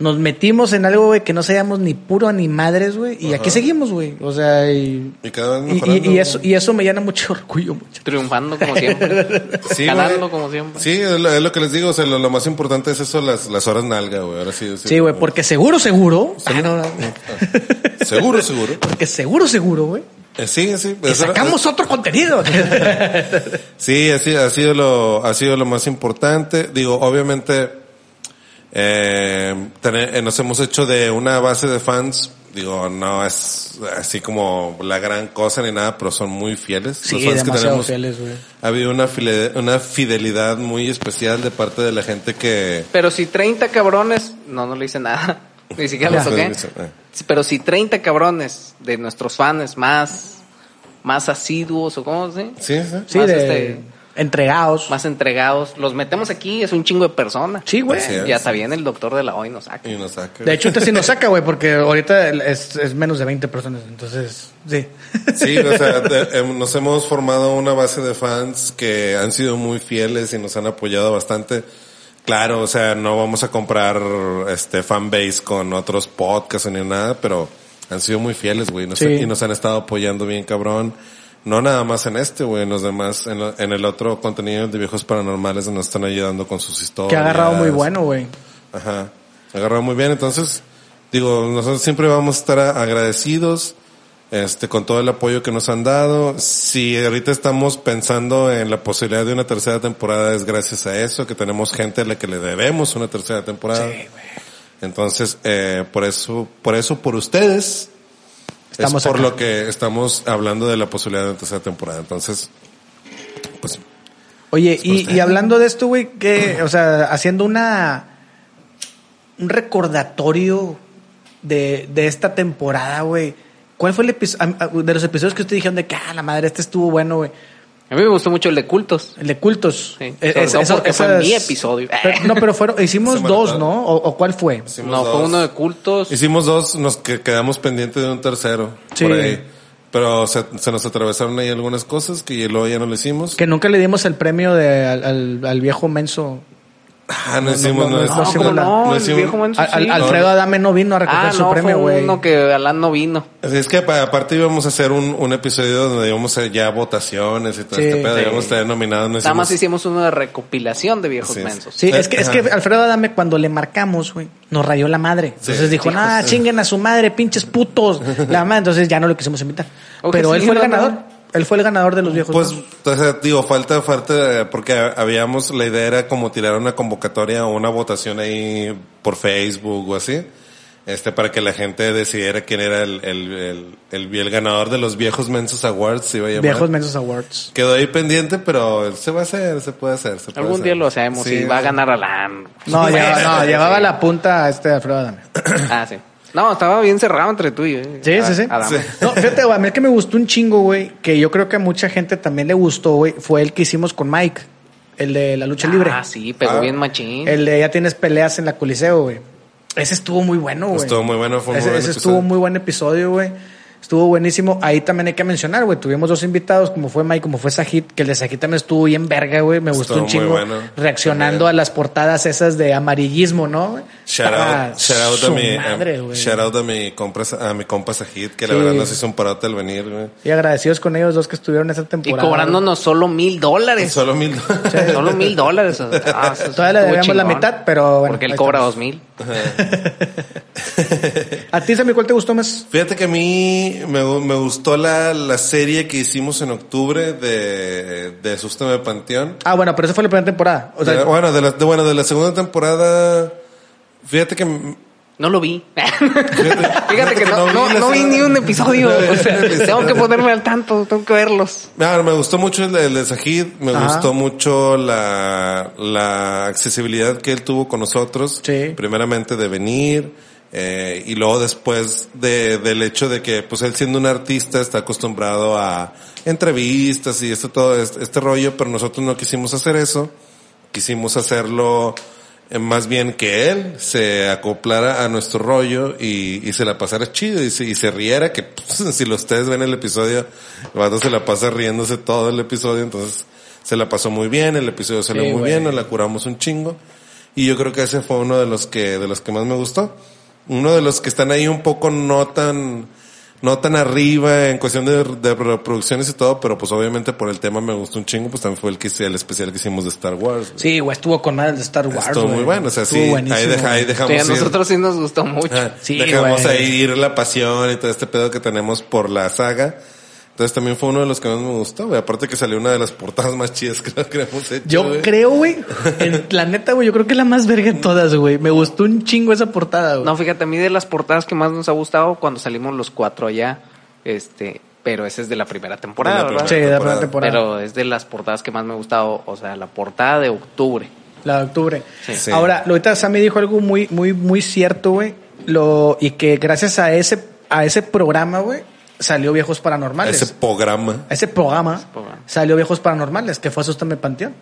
Speaker 2: nos metimos en algo, güey, que no sabíamos ni puro ni madres, güey, y aquí seguimos, güey. O sea, y,
Speaker 3: Y cada vez
Speaker 2: y- y-
Speaker 3: mejorando,
Speaker 2: y eso,
Speaker 3: güey.
Speaker 2: y eso me llena mucho orgullo, mucho.
Speaker 1: Triunfando como siempre.
Speaker 3: Sí,
Speaker 1: Ganando
Speaker 3: güey.
Speaker 1: como siempre.
Speaker 3: Sí, es lo, es lo que les digo, o sea, lo, lo más importante es eso, las, las horas nalga, güey. Ahora sí,
Speaker 2: Sí, güey, porque seguro, seguro. Ah, no, no.
Speaker 3: Seguro, seguro.
Speaker 2: Porque seguro, seguro, güey.
Speaker 3: Eh, Sí, sí.
Speaker 2: Que
Speaker 3: eso-
Speaker 2: sacamos otro contenido.
Speaker 3: Sí, ha sido, ha sido lo, ha sido lo más importante. Digo, obviamente, eh, tener- eh, nos hemos hecho de una base de fans. Digo, no es así como la gran cosa ni nada, pero son muy fieles.
Speaker 2: Sí,
Speaker 3: Los fans que
Speaker 2: demasiado
Speaker 3: tenemos.
Speaker 2: fieles, güey.
Speaker 3: Ha habido una, file- una fidelidad muy especial de parte de la gente que...
Speaker 1: Pero si 30 cabrones, no, no le hice nada. Ni siquiera
Speaker 3: Ya.
Speaker 1: lo toqué.
Speaker 3: Eh.
Speaker 1: Pero si 30 cabrones de nuestros fans más, más asiduos o cómo se dice?
Speaker 3: Sí, sí.
Speaker 2: Sí,
Speaker 1: Más,
Speaker 2: de
Speaker 1: este,
Speaker 2: entregados.
Speaker 1: más entregados, los metemos aquí, es un chingo de personas.
Speaker 2: Sí, güey.
Speaker 3: Así es.
Speaker 1: Y hasta bien el doctor de la hoy nos saca.
Speaker 3: Y nos saca.
Speaker 2: De hecho, usted sí nos saca, güey, porque ahorita es, es menos de 20 personas. Entonces, sí.
Speaker 3: Sí, o sea, de- em, nos hemos formado una base de fans que han sido muy fieles y nos han apoyado bastante. Claro, o sea, no vamos a comprar este fanbase con otros podcasts ni nada, pero han sido muy fieles, güey, nos-
Speaker 2: Sí.
Speaker 3: y nos han estado apoyando bien cabrón. No nada más en este, güey, en los demás, en, lo- en el otro contenido de viejos paranormales nos están ayudando con sus historias.
Speaker 2: que ha agarrado muy bueno, güey.
Speaker 3: Ajá. Agarró muy bien. Entonces, digo, nosotros siempre vamos a estar a- agradecidos, este, con todo el apoyo que nos han dado. Si ahorita estamos pensando en la posibilidad de una tercera temporada, es gracias a eso, que tenemos gente a la que le debemos una tercera temporada. Entonces, eh, por eso, por eso, por ustedes,
Speaker 2: Estamos
Speaker 3: es por
Speaker 2: acá.
Speaker 3: lo que estamos hablando de la posibilidad de una tercera temporada. Entonces, pues,
Speaker 2: Oye,
Speaker 3: por
Speaker 2: y,
Speaker 3: ustedes.
Speaker 2: y hablando de esto, güey, que, o sea, haciendo una. Un recordatorio de, de esta temporada, güey. ¿Cuál fue el episodio? De los episodios que usted dijeron de que, ah, la madre, este estuvo bueno, güey.
Speaker 1: A mí me gustó mucho el de cultos.
Speaker 2: El de cultos.
Speaker 1: Sí,
Speaker 2: Eh,
Speaker 1: sobre
Speaker 2: es-
Speaker 1: todo
Speaker 2: eso-
Speaker 1: porque fue
Speaker 2: esas-
Speaker 1: mi episodio.
Speaker 2: Pero- no, pero fueron, hicimos
Speaker 3: Semana
Speaker 2: dos,
Speaker 3: pasada.
Speaker 2: ¿no? ¿O, o cuál fue?
Speaker 3: hicimos
Speaker 1: no, fue
Speaker 3: dos.
Speaker 1: uno de cultos.
Speaker 3: Hicimos dos, nos que- quedamos pendientes de un tercero.
Speaker 2: Sí.
Speaker 3: Por ahí. Pero se, se nos atravesaron ahí algunas cosas que luego ya no lo hicimos.
Speaker 2: Que nunca le dimos el premio de, al, al- al viejo menso.
Speaker 3: Ah, no,
Speaker 2: No, no,
Speaker 3: hicimos, no,
Speaker 2: no,
Speaker 1: no,
Speaker 3: hicimos.
Speaker 1: ¿cómo
Speaker 3: nada.
Speaker 1: no?
Speaker 3: No
Speaker 1: el
Speaker 3: hicimos-
Speaker 1: viejo Manso
Speaker 2: Al- al-
Speaker 1: sí.
Speaker 2: Alfredo Adame no vino a recoger
Speaker 1: Ah,
Speaker 2: su
Speaker 1: no,
Speaker 2: premio,
Speaker 1: fue
Speaker 2: güey.
Speaker 1: uno que Alan no vino.
Speaker 3: Es que pa- aparte íbamos a hacer un, un episodio donde íbamos a ya votaciones y todo
Speaker 2: Sí.
Speaker 3: este pedo.
Speaker 1: Sí.
Speaker 3: Íbamos a estar nominados. No
Speaker 1: Nada más
Speaker 3: hicimos-
Speaker 1: hicimos una recopilación de viejos
Speaker 3: Así es.
Speaker 1: mensos.
Speaker 2: Sí, es que, es que
Speaker 3: Ajá.
Speaker 2: Alfredo Adame cuando le marcamos, güey, nos rayó la madre. Entonces
Speaker 3: Sí.
Speaker 2: dijo, nada, chinguen a su madre, pinches putos. La madre, entonces ya no lo quisimos invitar.
Speaker 1: Ojo,
Speaker 2: Pero
Speaker 1: sí,
Speaker 2: él fue el
Speaker 1: no, no.
Speaker 2: ganador. Él fue el ganador de los viejos
Speaker 3: Pues,
Speaker 2: mensos.
Speaker 3: entonces, digo, falta, falta, eh, porque habíamos, la idea era como tirar una convocatoria o una votación ahí por Facebook o así. Este, para que la gente decidiera quién era el, el, el, el, el ganador de los viejos Mensos Awards, se iba a llamar.
Speaker 2: Viejos Mensos Awards.
Speaker 3: Quedó ahí pendiente, pero se va a hacer, se puede hacer. se puede
Speaker 1: Algún día
Speaker 3: hacer.
Speaker 1: lo hacemos
Speaker 3: Sí,
Speaker 1: y va a ganar Alan.
Speaker 2: No, lleva- no,
Speaker 3: sí.
Speaker 2: llevaba la punta a este Alfredo Adame.
Speaker 1: Ah, sí. No, estaba bien cerrado entre tú y yo. eh.
Speaker 2: Sí,
Speaker 1: Ah,
Speaker 2: sí, sí.
Speaker 1: Adame.
Speaker 2: No, fíjate, güey, a mí el que me gustó un chingo, güey, que yo creo que a mucha gente también le gustó, güey, fue el que hicimos con Mike, el de la lucha libre.
Speaker 1: Ah, sí, pegó
Speaker 3: Ah.
Speaker 1: bien machín.
Speaker 2: El de ya tienes peleas en la Coliseo, güey. Ese estuvo muy bueno, güey.
Speaker 3: Estuvo muy bueno, fue un
Speaker 2: Ese,
Speaker 3: muy buen
Speaker 2: ese
Speaker 3: episodio.
Speaker 2: estuvo muy buen episodio, güey. Estuvo buenísimo. Ahí también hay que mencionar, güey. Tuvimos dos invitados, como fue Mike, como fue Sajid, que el de Sajid también estuvo bien verga, güey. Me gustó
Speaker 3: Estuvo
Speaker 2: un
Speaker 3: muy
Speaker 2: chingo.
Speaker 3: bueno.
Speaker 2: Reaccionando
Speaker 3: También.
Speaker 2: a las portadas esas de amarillismo, ¿no?
Speaker 3: Shout
Speaker 2: Estaba
Speaker 3: out, shout out a
Speaker 2: Ah, su
Speaker 3: mi,
Speaker 2: madre,
Speaker 3: a-
Speaker 2: güey.
Speaker 3: shout out a mi compra, a mi compa Sajid, que la
Speaker 2: Sí.
Speaker 3: verdad nos hizo un parote al venir, güey.
Speaker 2: Y agradecidos con ellos dos que estuvieron esa
Speaker 1: y
Speaker 2: temporada. güey.
Speaker 1: cobrándonos solo mil dólares.
Speaker 3: Solo mil dólares.
Speaker 1: Solo mil dólares. Ah, eso
Speaker 2: Todavía le
Speaker 1: estuvo
Speaker 2: debíamos la mitad, pero bueno,
Speaker 1: Porque
Speaker 2: ahí
Speaker 1: él cobra
Speaker 2: estamos.
Speaker 1: dos mil.
Speaker 2: ¿A ti, Sammy, cuál te gustó más?
Speaker 3: Fíjate que a mí me, gu- me gustó la, la serie que hicimos en octubre de, de Susto de Panteón.
Speaker 2: Ah, bueno, pero esa fue la primera temporada. O sea,
Speaker 3: De- bueno, de la, de- bueno, de la segunda temporada, fíjate que... m-
Speaker 1: No lo vi.
Speaker 3: Fíjate,
Speaker 1: Fíjate que no, no,
Speaker 3: la
Speaker 1: no vi
Speaker 3: segunda-
Speaker 1: ni un episodio.
Speaker 3: No vi
Speaker 1: O
Speaker 3: ni
Speaker 1: sea,
Speaker 3: un episodio.
Speaker 1: tengo que ponerme al tanto, tengo que verlos.
Speaker 3: No, Ah, me gustó mucho el, el de Sajid, me
Speaker 2: Ajá.
Speaker 3: gustó mucho la, la accesibilidad que él tuvo con nosotros,
Speaker 2: Sí.
Speaker 3: primeramente de venir, eh, y luego después de, del hecho de que, pues él siendo un artista está acostumbrado a entrevistas y esto todo, este, este rollo, pero nosotros no quisimos hacer eso, quisimos hacerlo eh, más bien que él se acoplara a nuestro rollo y, y se la pasara chido y se, y se riera, que pues, si lo ustedes ven el episodio, el vato se la pasa riéndose todo el episodio, entonces se la pasó muy bien, el episodio salió
Speaker 2: Sí,
Speaker 3: muy
Speaker 2: güey.
Speaker 3: bien, nos la curamos un chingo y yo creo que ese fue uno de los que, de los que más me gustó. Uno de los que están ahí un poco no tan, no tan arriba en cuestión de, de reproducciones y todo, pero pues obviamente por el tema me gustó un chingo, pues también fue el que hice- el especial que hicimos de Star Wars. güey.
Speaker 2: Sí, güey, estuvo con madre el de Star Wars.
Speaker 3: Estuvo
Speaker 2: güey.
Speaker 3: muy bueno, o sea, sí,
Speaker 2: Estuvo
Speaker 3: ahí,
Speaker 2: buenísimo,
Speaker 3: deja- ahí
Speaker 2: güey.
Speaker 3: dejamos
Speaker 1: Sí, a
Speaker 3: ir.
Speaker 1: nosotros sí nos gustó mucho.
Speaker 3: Ah,
Speaker 2: Sí,
Speaker 3: dejamos
Speaker 2: güey.
Speaker 3: ahí ir la pasión y todo este pedo que tenemos por la saga. Entonces también fue uno de los que más me gustó, güey. Aparte que salió una de las portadas más chidas que creo que hemos hecho.
Speaker 2: Yo
Speaker 3: güey.
Speaker 2: creo, güey, en- la neta, güey, yo creo que es la más verga de todas, güey. Me gustó un chingo esa portada, güey.
Speaker 1: No, fíjate, a mí de las portadas que más nos ha gustado cuando salimos los cuatro allá, este, pero esa es de la primera temporada,
Speaker 3: De la
Speaker 1: ¿verdad?
Speaker 2: sí,
Speaker 3: primera
Speaker 2: de la primera
Speaker 3: temporada.
Speaker 2: temporada.
Speaker 1: Pero es de las portadas que más me ha gustado, o sea, la portada de octubre.
Speaker 2: La de octubre.
Speaker 3: Sí.
Speaker 2: Ahora, lo ahorita Sammy dijo algo muy, muy, muy cierto, güey. Lo, y que gracias a ese, a ese programa, güey, salió Viejos Paranormales.
Speaker 3: Ese programa.
Speaker 2: A ese programa
Speaker 1: programa.
Speaker 2: salió Viejos Paranormales, que fue Asústame Panteón.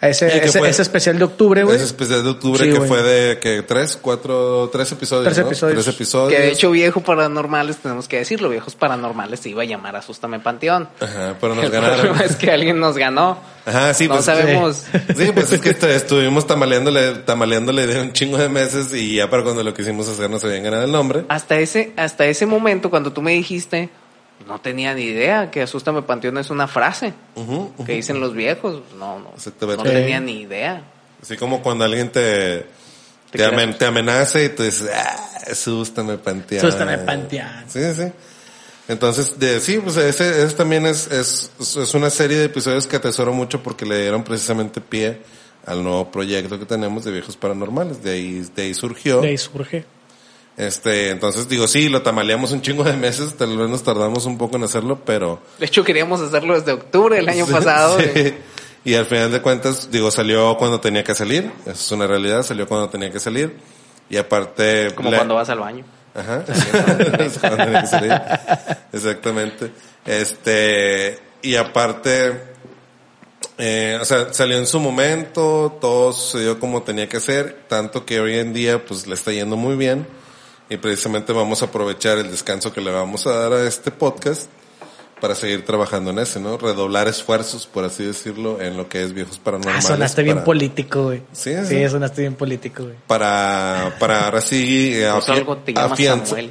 Speaker 2: A ese,
Speaker 3: Sí, que
Speaker 2: ese,
Speaker 3: fue-
Speaker 2: ese especial de octubre, güey.
Speaker 3: Ese especial de octubre
Speaker 2: Sí,
Speaker 3: que
Speaker 2: güey.
Speaker 3: fue de que tres, cuatro, tres episodios.
Speaker 2: Tres
Speaker 3: ¿no?
Speaker 2: episodios.
Speaker 3: Tres episodios.
Speaker 1: que de hecho, viejo paranormales, tenemos que decirlo, viejos paranormales se iba a llamar Asústame Panteón.
Speaker 3: Ajá, pero nos
Speaker 1: El problema
Speaker 3: ganaron.
Speaker 1: es que alguien nos ganó.
Speaker 3: Ajá, sí,
Speaker 1: no
Speaker 3: pues,
Speaker 1: sabemos.
Speaker 3: Sí, pues es que est- estuvimos tamaleándole, tamaleándole de un chingo de meses y ya para cuando lo quisimos hacer no se habían ganado el nombre.
Speaker 1: Hasta ese, hasta ese momento, cuando tú me dijiste, no tenía ni idea que Asústame Panteón es una frase
Speaker 3: Ujú, ujú.
Speaker 1: que dicen los viejos. No, no, no
Speaker 3: Exactamente.
Speaker 1: tenía ni idea.
Speaker 3: Así como cuando alguien te,
Speaker 1: Te
Speaker 3: te,
Speaker 1: queda-
Speaker 3: amen- te amenaza y te dice, ah, sústame panteón.
Speaker 2: Sústame, panteón.
Speaker 3: Sí, sí. Entonces, de, sí, pues ese, ese también es, es, es una serie de episodios que atesoro mucho porque le dieron precisamente pie al nuevo proyecto que tenemos de Viejos Paranormales. De ahí, de ahí surgió.
Speaker 2: De ahí surge.
Speaker 3: Este, entonces digo, sí, lo tamaleamos un chingo de meses, tal vez nos tardamos un poco en hacerlo, pero...
Speaker 1: De hecho, queríamos hacerlo desde octubre del año
Speaker 3: Sí,
Speaker 1: pasado.
Speaker 3: sí.
Speaker 1: güey.
Speaker 3: Y al final de cuentas, digo, salió cuando tenía que salir. Eso es una realidad, salió cuando tenía que salir. Y aparte...
Speaker 1: Como
Speaker 3: la-
Speaker 1: cuando vas al baño.
Speaker 3: Ajá. Es cuando tenía que salir. Exactamente. Este, y aparte, eh, o sea, salió en su momento, todo sucedió como tenía que ser, tanto que hoy en día pues le está yendo muy bien. Y precisamente vamos a aprovechar el descanso que le vamos a dar a este podcast para seguir trabajando en ese, ¿no? Redoblar esfuerzos, por así decirlo, en lo que es viejos
Speaker 2: Ah,
Speaker 3: paranormales.
Speaker 2: sonaste bien
Speaker 3: para-
Speaker 2: político, güey.
Speaker 3: Sí,
Speaker 2: Sí,
Speaker 3: sí.
Speaker 2: sonaste bien político, güey.
Speaker 3: para, para ahora sí eh,
Speaker 1: Pues
Speaker 3: afia-
Speaker 1: algo te llama
Speaker 3: afianza-
Speaker 1: Samuel.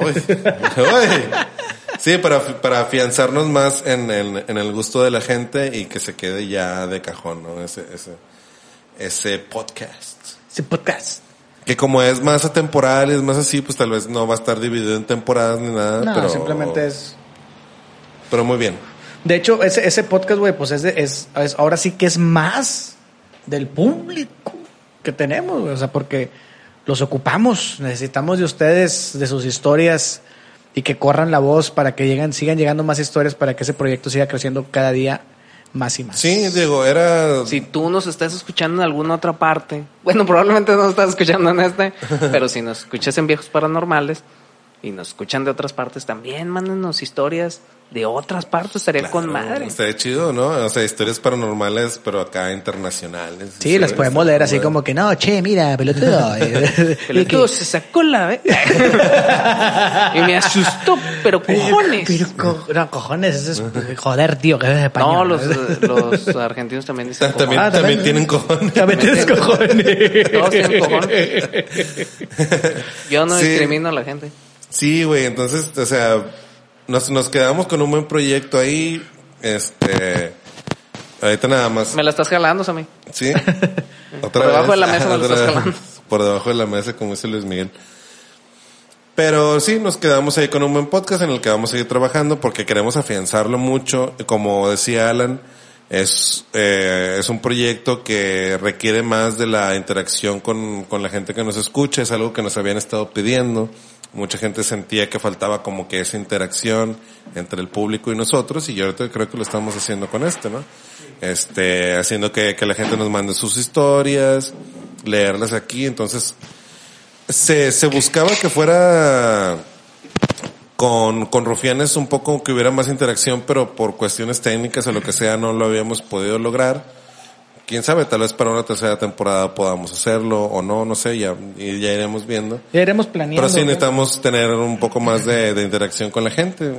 Speaker 3: Uy, uy. Sí, para, para afianzarnos más en el, en el gusto de la gente y que se quede ya de cajón, ¿no? Ese, ese, ese podcast.
Speaker 2: Ese podcast.
Speaker 3: Que como es más atemporal, es más así, pues tal vez no va a estar dividido en temporadas ni nada.
Speaker 2: No,
Speaker 3: Ah, pero,
Speaker 2: simplemente es.
Speaker 3: Pero muy bien.
Speaker 2: De hecho, ese, ese podcast, güey, pues es, de- es, es- ahora sí que es más del público que tenemos, güey. O sea, porque los ocupamos. Necesitamos de ustedes, de sus historias y que corran la voz para que lleguen, sigan llegando más historias para que ese proyecto siga creciendo cada día más y más.
Speaker 3: Sí, Diego, era.
Speaker 1: Si tú nos estás escuchando en alguna otra parte, bueno, probablemente no nos estás escuchando en este, pero si nos escuchas en Viejos Paranormales y nos escuchan de otras partes también, mándenos historias de otras partes, estaría con madre.
Speaker 3: uh, Estaría chido, ¿no? O sea, historias paranormales, pero acá internacionales.
Speaker 2: Sí, las podemos leer así como que no, che, mira, pelotudo.
Speaker 1: El tío se sacó la ve- y me asustó, pero cojones.
Speaker 2: Pero co- no, cojones, eso es joder, tío, que eres español.
Speaker 1: no, los, los argentinos también dicen
Speaker 3: Ta- También,
Speaker 1: cojones.
Speaker 2: Ah, también.
Speaker 3: también tienen cojones.
Speaker 2: También tienes cojones.
Speaker 1: Todos tienen cojones. Yo no
Speaker 3: Sí.
Speaker 1: discrimino a la gente.
Speaker 3: Sí, güey, entonces, o sea, nos, nos quedamos con un buen proyecto ahí. Este. Ahorita nada más.
Speaker 1: Me la estás jalando, Sammy.
Speaker 3: Sí.
Speaker 1: Por debajo de la mesa me lo
Speaker 3: Otra
Speaker 1: estás
Speaker 3: vez.
Speaker 1: jalando.
Speaker 3: Por debajo de la mesa, como dice Luis Miguel. Pero sí, nos quedamos ahí con un buen podcast en el que vamos a seguir trabajando porque queremos afianzarlo mucho. Como decía Alan, es, eh, es un proyecto que requiere más de la interacción con, con la gente que nos escucha. Es algo que nos habían estado pidiendo. Mucha gente sentía que faltaba como que esa interacción entre el público y nosotros y yo ahorita creo que lo estamos haciendo con este, ¿no? Este, haciendo que, que la gente nos mande sus historias, leerlas aquí. Entonces, se, se buscaba que fuera con, con rufianes un poco que hubiera más interacción, pero por cuestiones técnicas o lo que sea no lo habíamos podido lograr. Quién sabe, tal vez para una tercera temporada podamos hacerlo o no, no sé, ya, y ya iremos viendo.
Speaker 2: Ya iremos planeando.
Speaker 3: Pero sí
Speaker 2: ¿no?
Speaker 3: necesitamos tener un poco más de, de interacción con la gente.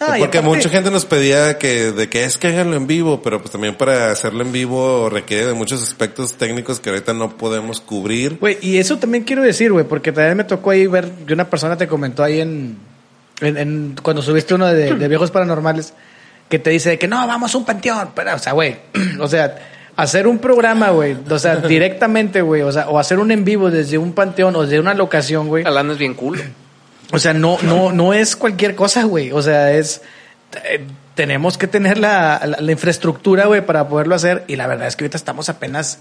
Speaker 2: Ah, y
Speaker 3: Porque
Speaker 2: aparte-
Speaker 3: mucha gente nos pedía que, de que es que háganlo en vivo, pero pues también para hacerlo en vivo requiere de muchos aspectos técnicos que ahorita no podemos cubrir.
Speaker 2: Güey, y eso también quiero decir, güey, porque también me tocó ahí ver que una persona te comentó ahí en. en- en- cuando subiste uno de, de Viejos Paranormales, que te dice de que no, vamos a un panteón. Pero, o sea, güey, o sea, hacer un programa, güey, o sea, directamente, güey, o sea, o hacer un en vivo desde un panteón o desde una locación, güey.
Speaker 1: Jalando es bien culo.
Speaker 2: O sea, no, no, no es cualquier cosa, güey. O sea, es. eh, tenemos que tener la, la- la infraestructura, güey, para poderlo hacer. Y la verdad es que ahorita estamos apenas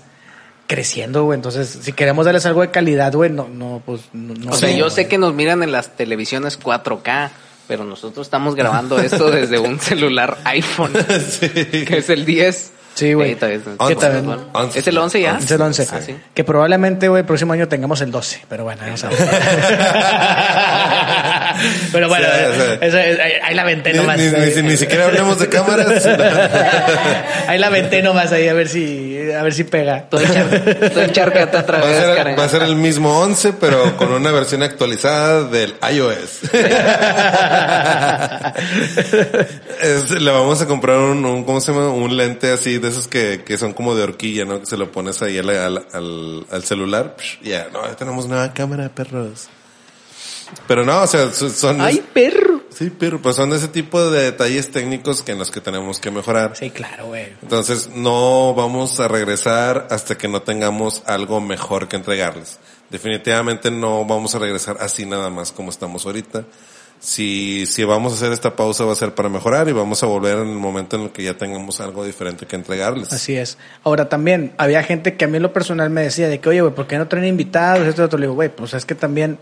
Speaker 2: creciendo, güey. Entonces, si queremos darles algo de calidad, güey, no, no, pues no. no
Speaker 1: O sea,
Speaker 2: no,
Speaker 1: yo
Speaker 2: güey.
Speaker 1: sé que nos miran en las televisiones 4K, pero nosotros estamos grabando esto desde un celular iPhone, que es el 10.
Speaker 2: Sí, güey.
Speaker 1: Eh, todavía está-
Speaker 3: ¿Qué
Speaker 1: bueno,
Speaker 3: tal?
Speaker 1: bueno.
Speaker 3: Once.
Speaker 1: ¿Es el 11 ya?
Speaker 2: Es el 11.
Speaker 1: Ah, sí.
Speaker 2: Que probablemente, güey, el próximo año tengamos el 12. Pero bueno, no sabemos. pero bueno,
Speaker 3: Sí, sí.
Speaker 2: eh, eso es- ahí, ahí la venté
Speaker 3: Ni,
Speaker 2: nomás.
Speaker 3: ni- ni- ni siquiera hablemos de cámaras.
Speaker 2: ahí la venté nomás, ahí a ver si, a ver si pega.
Speaker 1: Todo encharca- todo encharcata otra
Speaker 3: Va a,
Speaker 1: vez, caray.
Speaker 3: ser, va a ser el mismo 11, pero con una versión actualizada del iOS. Es- le vamos a comprar un, un- ¿cómo se llama? Un lente así, de esos que, que son como de horquilla, ¿no? Que se lo pones ahí al, al- al- al celular. Psh, Ya, no, ya tenemos nueva cámara, perros. Pero no, o sea, so- son...
Speaker 2: ¡Ay, perro!
Speaker 3: Sí, pero pues son ese tipo de detalles técnicos que en los que tenemos que mejorar.
Speaker 2: Sí, claro, güey.
Speaker 3: Entonces no vamos a regresar hasta que no tengamos algo mejor que entregarles. Definitivamente no vamos a regresar así nada más como estamos ahorita. Si, si vamos a hacer esta pausa va a ser para mejorar y vamos a volver en el momento en el que ya tengamos algo diferente que entregarles.
Speaker 2: Así es. Ahora también, había gente que a mí en lo personal me decía de que, oye, güey, ¿por qué no traen invitados? Esto y otro. Le digo, güey, pues es que también.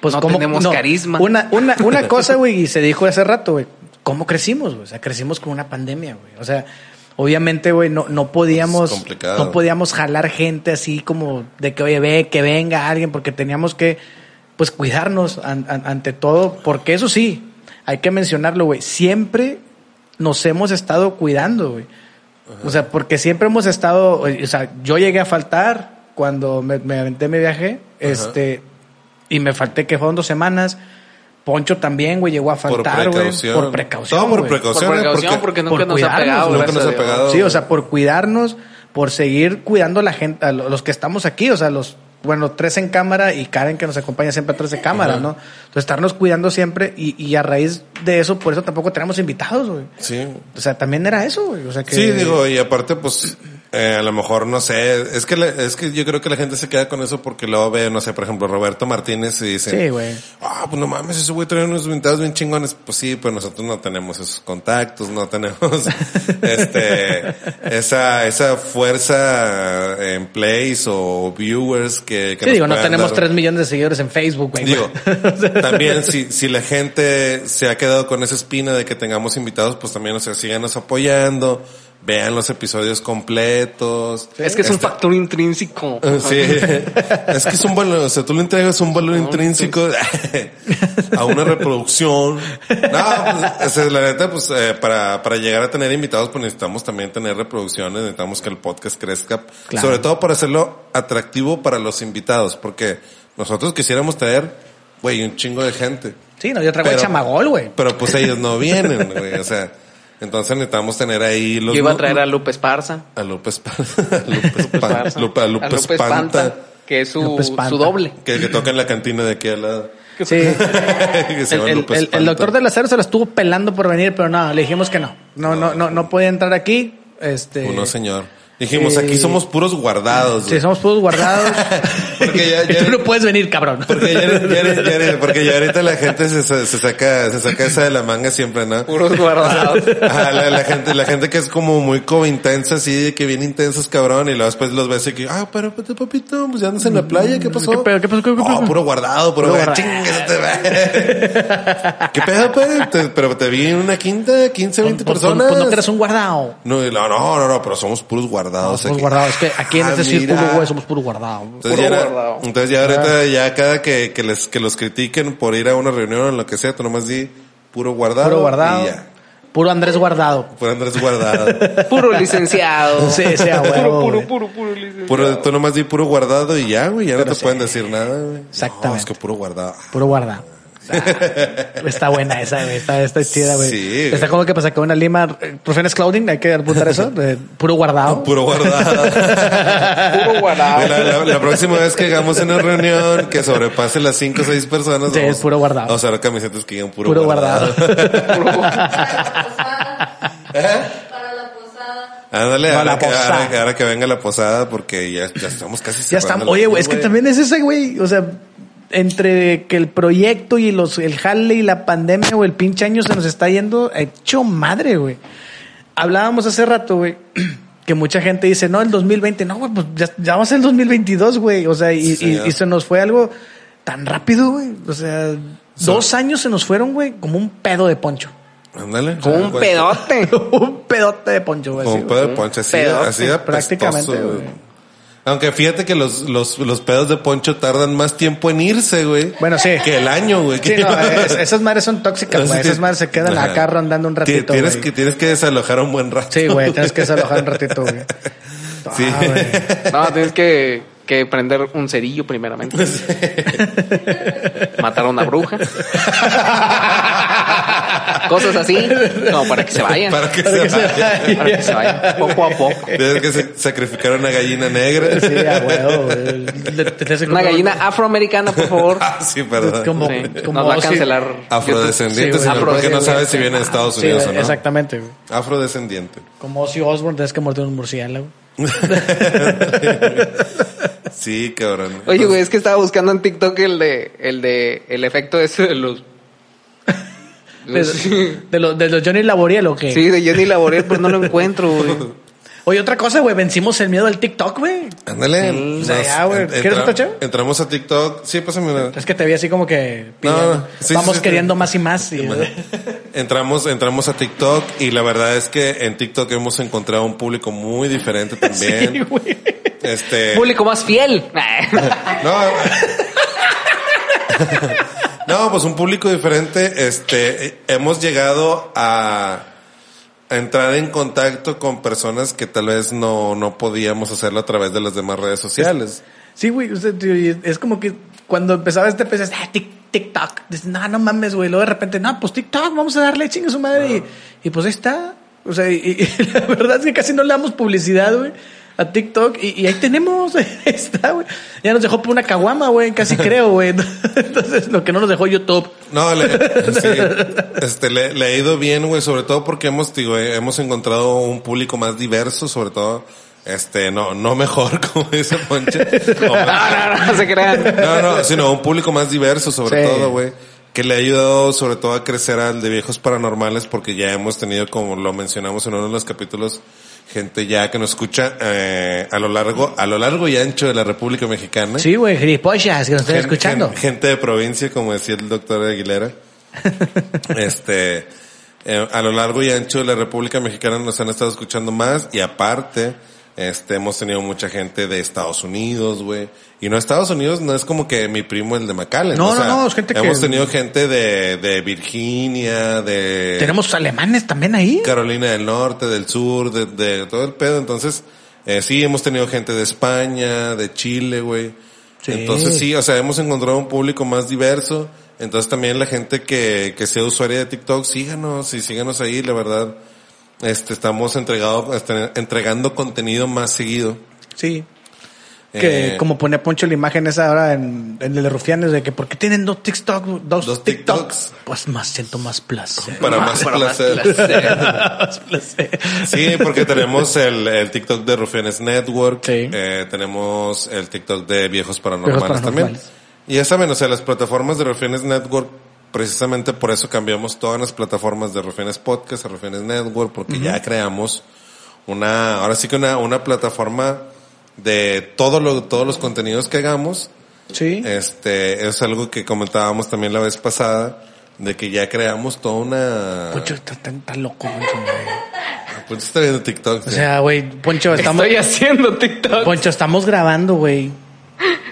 Speaker 2: Pues
Speaker 1: No
Speaker 2: cómo-
Speaker 1: tenemos carisma.
Speaker 2: Una, una, una cosa, güey, y se dijo hace rato, güey, ¿cómo crecimos? güey? O sea, crecimos con una pandemia, güey. O sea, obviamente, güey, no, no podíamos.
Speaker 3: Es complicado.
Speaker 2: No podíamos jalar gente así como de que, oye, ve, que venga alguien, porque teníamos que, pues, cuidarnos an- an- ante todo, porque eso sí, hay que mencionarlo, güey, siempre nos hemos estado cuidando, güey. O sea, porque siempre hemos estado, o sea, yo llegué a faltar cuando me, me aventé mi viaje, este, y me falté que fueron dos semanas. Poncho también, güey, llegó a
Speaker 3: por
Speaker 2: faltar, güey.
Speaker 3: precaución.
Speaker 2: Por precaución.
Speaker 3: Todo por
Speaker 2: güey.
Speaker 1: Por
Speaker 3: precaución. ¿eh?
Speaker 1: precaución, porque,
Speaker 2: por
Speaker 1: nunca nos ha
Speaker 2: cuidarnos,
Speaker 1: pegado.
Speaker 3: nunca
Speaker 1: gracias
Speaker 3: nos ha
Speaker 1: a Dios.
Speaker 3: pegado.
Speaker 2: Sí, o sea, por cuidarnos, por seguir cuidando a la gente, a lo- los que estamos aquí, o sea, los, bueno, tres en cámara y Karen que nos acompaña siempre atrás de cámara,
Speaker 3: Ajá.
Speaker 2: ¿no? Entonces, estarnos cuidando siempre y, y a raíz de eso, por eso tampoco tenemos invitados, güey.
Speaker 3: Sí.
Speaker 2: O sea, también era eso, güey. O sea, que.
Speaker 3: Sí, digo, y aparte, pues, eh, a lo mejor, no sé, es que, la- es que yo creo que la gente se queda con eso porque luego ve, no sé, por ejemplo, Roberto Martínez y dice,
Speaker 2: Sí, güey.
Speaker 3: ah, pues no mames, ese güey trae unos invitados bien chingones. Pues sí, pero nosotros no tenemos esos contactos, no tenemos este esa, esa fuerza en plays o viewers que,
Speaker 2: Sí,
Speaker 3: que nos
Speaker 2: digo, no
Speaker 3: puedan
Speaker 2: tenemos
Speaker 3: dar-
Speaker 2: 3 millones de seguidores en Facebook, güey.
Speaker 3: Digo, también si, si la gente se ha quedado con esa espina de que tengamos invitados, pues también, o sea, síganos apoyando, vean los episodios completos.
Speaker 1: Es que es un
Speaker 3: Este,
Speaker 1: factor intrínseco.
Speaker 3: Eh, Sí, es que es un valor, o sea, tú le entregas un valor intrínseco a una reproducción. No, pues, o sea, la neta, pues eh, para, para llegar a tener invitados, pues necesitamos también tener reproducciones, necesitamos que el podcast crezca,
Speaker 2: Claro.
Speaker 3: sobre todo para hacerlo atractivo para los invitados, porque nosotros quisiéramos traer, güey, un chingo de gente.
Speaker 2: Sí, no, yo traigo el
Speaker 3: Pero-
Speaker 2: chamagol, güey.
Speaker 3: Pero pues ellos no vienen, güey, o sea, entonces necesitamos tener ahí los...
Speaker 1: Yo iba a traer a Lupe Esparza.
Speaker 3: a López, Pa- a López, Pa-
Speaker 1: Esparza.
Speaker 3: Lupe- a Lupe Espanta.
Speaker 1: que es su,
Speaker 2: Lupe Espanta.
Speaker 1: su doble.
Speaker 3: Que, que toca en la cantina de aquí al lado.
Speaker 2: Sí.
Speaker 3: Que se
Speaker 2: El,
Speaker 3: llama
Speaker 2: el-
Speaker 3: Lupe
Speaker 2: el- el
Speaker 3: pues, Espanta.
Speaker 2: doctor del acero se lo estuvo pelando por venir, pero no, le dijimos que no. No, no, no, no podía entrar aquí. Este.
Speaker 3: Uno, señor. Dijimos,
Speaker 2: Eh,
Speaker 3: aquí somos puros guardados.
Speaker 2: Sí,
Speaker 3: güey.
Speaker 2: somos puros guardados.
Speaker 3: Porque ya-
Speaker 2: Y
Speaker 3: ya-
Speaker 2: tú no puedes venir, cabrón.
Speaker 3: Porque ya, ya- ya- ya- porque ya ahorita la gente se, se se saca, se saca esa de la manga siempre, ¿no?
Speaker 1: Puros guardados.
Speaker 3: Ajá, la, la gente, la gente que es como muy como intensa, así, de que bien intensos, cabrón, y luego después los ves y que, ah, pero espérate, papito, pues ya andas en la playa, ¿qué pasó?
Speaker 2: ¿Qué pedo? ¿Qué pasó? ¿Qué- qué
Speaker 3: Oh,
Speaker 2: pasó?
Speaker 3: puro guardado, puro,
Speaker 2: Puro
Speaker 3: guardado.
Speaker 2: guardado.
Speaker 3: Chingate, va. ¿Qué pedo, pues? Te- pero te vi en una quinta, 15, 20
Speaker 2: Pues,
Speaker 3: personas.
Speaker 2: pues no que eres un guardado.
Speaker 3: No, y no, no, no, no, pero somos puros guardados.
Speaker 2: Somos
Speaker 3: aquí.
Speaker 2: guardados. Es que aquí en
Speaker 3: Ah,
Speaker 2: este
Speaker 3: mira.
Speaker 2: círculo, güey, somos puros guardados.
Speaker 3: Entonces,
Speaker 1: puro
Speaker 3: ya, era-
Speaker 1: guardado.
Speaker 3: entonces ya
Speaker 2: Ah.
Speaker 3: ahorita, ya cada que, que, les, que los critiquen por ir a una reunión o lo que sea, tú nomás di puro guardado.
Speaker 2: Puro guardado.
Speaker 3: Y ya.
Speaker 2: Puro Andrés guardado.
Speaker 3: Puro Andrés guardado.
Speaker 1: Puro licenciado.
Speaker 2: Sí, sí, a huevo,
Speaker 1: Puro, puro,
Speaker 2: güey.
Speaker 1: puro, puro licenciado.
Speaker 3: Puro, tú nomás di puro guardado y ya, güey, ya no te
Speaker 2: sí.
Speaker 3: pueden decir nada, güey. No,
Speaker 2: Exactamente.
Speaker 3: es que puro guardado.
Speaker 2: Puro guardado. Ah, está buena esa, güey. Está, está chida, güey.
Speaker 3: Sí, güey.
Speaker 2: Está como que pasa con una lima. eh, Profenes Clouding, hay que apuntar eso. eh, puro guardado.
Speaker 3: Puro guardado.
Speaker 1: Puro guardado.
Speaker 3: La, la- la próxima vez que hagamos una reunión que sobrepase las 5 o 6 personas,
Speaker 2: Sí, es puro guardado.
Speaker 3: Vamos a usar camisetas que digan puro,
Speaker 2: Puro
Speaker 3: guardado.
Speaker 1: Puro
Speaker 4: Para la posada.
Speaker 3: Ándale,
Speaker 2: No,
Speaker 3: ahora,
Speaker 2: la
Speaker 3: que,
Speaker 2: posada.
Speaker 3: ahora que- ahora que venga la posada, porque ya, ya estamos casi
Speaker 2: Ya
Speaker 3: cerrando
Speaker 2: estamos.
Speaker 3: el
Speaker 2: Oye,
Speaker 3: año,
Speaker 2: güey, es que también es ese, güey. O sea, entre que el proyecto y los, el jale y la pandemia o el pinche año se nos está yendo hecho madre, güey. Hablábamos hace rato, güey, que mucha gente dice, no, el 2020, no, güey, pues ya, ya vamos el 2022, güey. O sea, y,
Speaker 3: Sí,
Speaker 2: y-
Speaker 3: señor.
Speaker 2: y se nos fue algo tan rápido, güey. O sea,
Speaker 3: Sí.
Speaker 2: dos años se nos fueron, güey, como un pedo de poncho.
Speaker 3: Ándale.
Speaker 1: Como un pedote.
Speaker 2: un pedote de poncho, güey.
Speaker 3: Como
Speaker 2: así,
Speaker 3: un
Speaker 2: güey.
Speaker 3: pedo de poncho, así,
Speaker 1: pedote,
Speaker 3: así de
Speaker 2: prácticamente,
Speaker 3: apestoso,
Speaker 2: güey.
Speaker 3: Aunque fíjate que los, los, los pedos de poncho tardan más tiempo en irse, güey.
Speaker 2: Bueno, sí.
Speaker 3: Que el año, güey.
Speaker 2: Sí, no, es- esas madres son tóxicas, güey.
Speaker 3: Entonces,
Speaker 2: Esas madres se quedan
Speaker 3: ajá.
Speaker 2: acá rondando un
Speaker 3: Ti-
Speaker 2: ratito.
Speaker 3: Tienes
Speaker 2: güey.
Speaker 3: que, tienes que desalojar un buen rato.
Speaker 2: Sí, güey, tienes que desalojar un ratito, güey.
Speaker 3: Sí.
Speaker 2: Ah, güey.
Speaker 1: No, tienes que, que prender un cerillo primeramente. Matar a una bruja. Cosas así. No, para que se vayan.
Speaker 3: Para que
Speaker 2: Para
Speaker 3: se
Speaker 2: que se
Speaker 3: vaya.
Speaker 2: vaya.
Speaker 1: Para que se vayan. Poco a poco.
Speaker 3: Tienes que sa- sacrificar una gallina negra.
Speaker 2: Sí, a huevo, güey. Le- te tienes que
Speaker 1: Una
Speaker 2: comprar-
Speaker 1: gallina afroamericana, por favor.
Speaker 3: Ah, sí, perdón.
Speaker 2: Como-
Speaker 1: Sí,
Speaker 2: como
Speaker 1: nos va a
Speaker 2: Ozzy.
Speaker 1: cancelar.
Speaker 3: Afrodescendiente,
Speaker 2: Sí,
Speaker 3: señor,
Speaker 1: güey.
Speaker 3: porque no
Speaker 1: Afrodescendiente.
Speaker 3: sabes si viene de Estados
Speaker 2: Sí,
Speaker 3: Unidos o no.
Speaker 2: exactamente, güey.
Speaker 3: Afrodescendiente.
Speaker 2: Como Ozzy Osbourne, tienes que morder un murciélago.
Speaker 3: Sí, cabrón.
Speaker 1: Oye, güey, es que estaba buscando en TikTok el de, el de, el efecto ese de los.
Speaker 2: De, Pues, de, los- de los Johnny Laboriel o qué.
Speaker 1: Sí, de Jenny Laboret, pero no lo encuentro, güey.
Speaker 2: Oye, otra cosa, güey, vencimos el miedo al TikTok, güey.
Speaker 3: Ándale. pues,
Speaker 2: o sea,
Speaker 3: Nos-
Speaker 2: ya, güey.
Speaker 3: en-
Speaker 2: ¿Quieres
Speaker 3: entra-
Speaker 2: otra chava?
Speaker 3: Entramos a TikTok. Sí, pásame una.
Speaker 2: Es que te vi así como que pidiendo.
Speaker 3: no, sí,
Speaker 2: vamos
Speaker 3: sí, sí,
Speaker 2: queriendo
Speaker 3: sí.
Speaker 2: más y más. y-
Speaker 3: Entramos, entramos a TikTok y la verdad es que en TikTok hemos encontrado un público muy diferente también.
Speaker 2: Sí, güey.
Speaker 3: Este.
Speaker 1: Público más fiel.
Speaker 3: No. no, pues un público diferente. Este, eh, hemos llegado a, a entrar en contacto con personas que tal vez no, no podíamos hacerlo a través de las demás redes sociales.
Speaker 2: Sí, güey, o sea, tío, y es como que cuando empezaba este pensás, ah, tic, TikTok. Dices, no, no mames, güey. Luego de repente, no, pues TikTok, vamos a darle chingue a su madre. Y, y pues ahí está. O sea, y, y la verdad es que casi no le damos publicidad, güey, a TikTok. Y, y ahí tenemos, ahí está, güey. Ya nos dejó por una caguama, güey, casi creo, güey. Entonces, lo que no nos dejó YouTube.
Speaker 3: No, le, sí, este, le, le ha ido bien, güey, sobre todo porque hemos, digo, eh, hemos encontrado un público más diverso, sobre todo Este, no, no mejor como dice Poncho. Como-
Speaker 1: No, no, no, no se crean.
Speaker 3: no, no, sino un público más diverso sobre
Speaker 2: Sí.
Speaker 3: todo, güey. Que le ha ayudado sobre todo a crecer al de viejos paranormales porque ya hemos tenido, como lo mencionamos en uno de los capítulos, gente ya que nos escucha eh, a lo largo, a lo largo y ancho de la República Mexicana.
Speaker 2: Sí, güey, gilipollas, que nos estén
Speaker 3: Gen-
Speaker 2: escuchando.
Speaker 3: gen- gente de provincia, como decía el doctor Aguilera. este, eh, a lo largo y ancho de la República Mexicana nos han estado escuchando más y aparte, este, hemos tenido mucha gente de Estados Unidos, güey. Y no Estados Unidos no es como que mi primo el de McAllen.
Speaker 2: No,
Speaker 3: o
Speaker 2: no,
Speaker 3: sea,
Speaker 2: no, es gente que-
Speaker 3: Hemos tenido gente de, de Virginia, de...
Speaker 2: Tenemos alemanes también ahí.
Speaker 3: Carolina del Norte, del Sur, de, de todo el pedo. Entonces, eh, sí, hemos tenido gente de España, de Chile, güey.
Speaker 2: Sí.
Speaker 3: Entonces, sí, o sea, hemos encontrado un público más diverso. Entonces, también la gente que, que sea usuaria de TikTok, síganos y síganos ahí, la verdad. Este, estamos entregado, este, entregando contenido más seguido.
Speaker 2: Sí. Que
Speaker 3: Eh,
Speaker 2: como ponía Poncho la imagen esa ahora en, en el de Rufianes de que ¿por qué tienen dos TikTok, dos,
Speaker 3: Dos
Speaker 2: TikToks?
Speaker 3: TikToks.
Speaker 2: Pues más siento más placer.
Speaker 3: Para más placer.
Speaker 2: Más placer.
Speaker 3: Sí, porque tenemos el, el TikTok de Rufianes Network,
Speaker 2: Sí.
Speaker 3: eh, tenemos el TikTok de Viejos Paranormales,
Speaker 2: Viejos Paranormales.
Speaker 3: también. Y ya saben, o sea, las plataformas de Rufianes Network, precisamente por eso cambiamos todas las plataformas de Rufianes Podcast a Rufianes Network, porque ya creamos una, ahora sí que una, una plataforma de todo lo, todos los contenidos que hagamos,
Speaker 2: Sí.
Speaker 3: este, es algo que comentábamos también la vez pasada, de que ya creamos toda una...
Speaker 2: Poncho está tan, tan loco, güey.
Speaker 3: Poncho está viendo TikTok.
Speaker 2: O
Speaker 3: ¿sí?
Speaker 2: sea, güey, Poncho, estamos,
Speaker 1: Estoy haciendo TikTok.
Speaker 2: Poncho, estamos grabando, güey.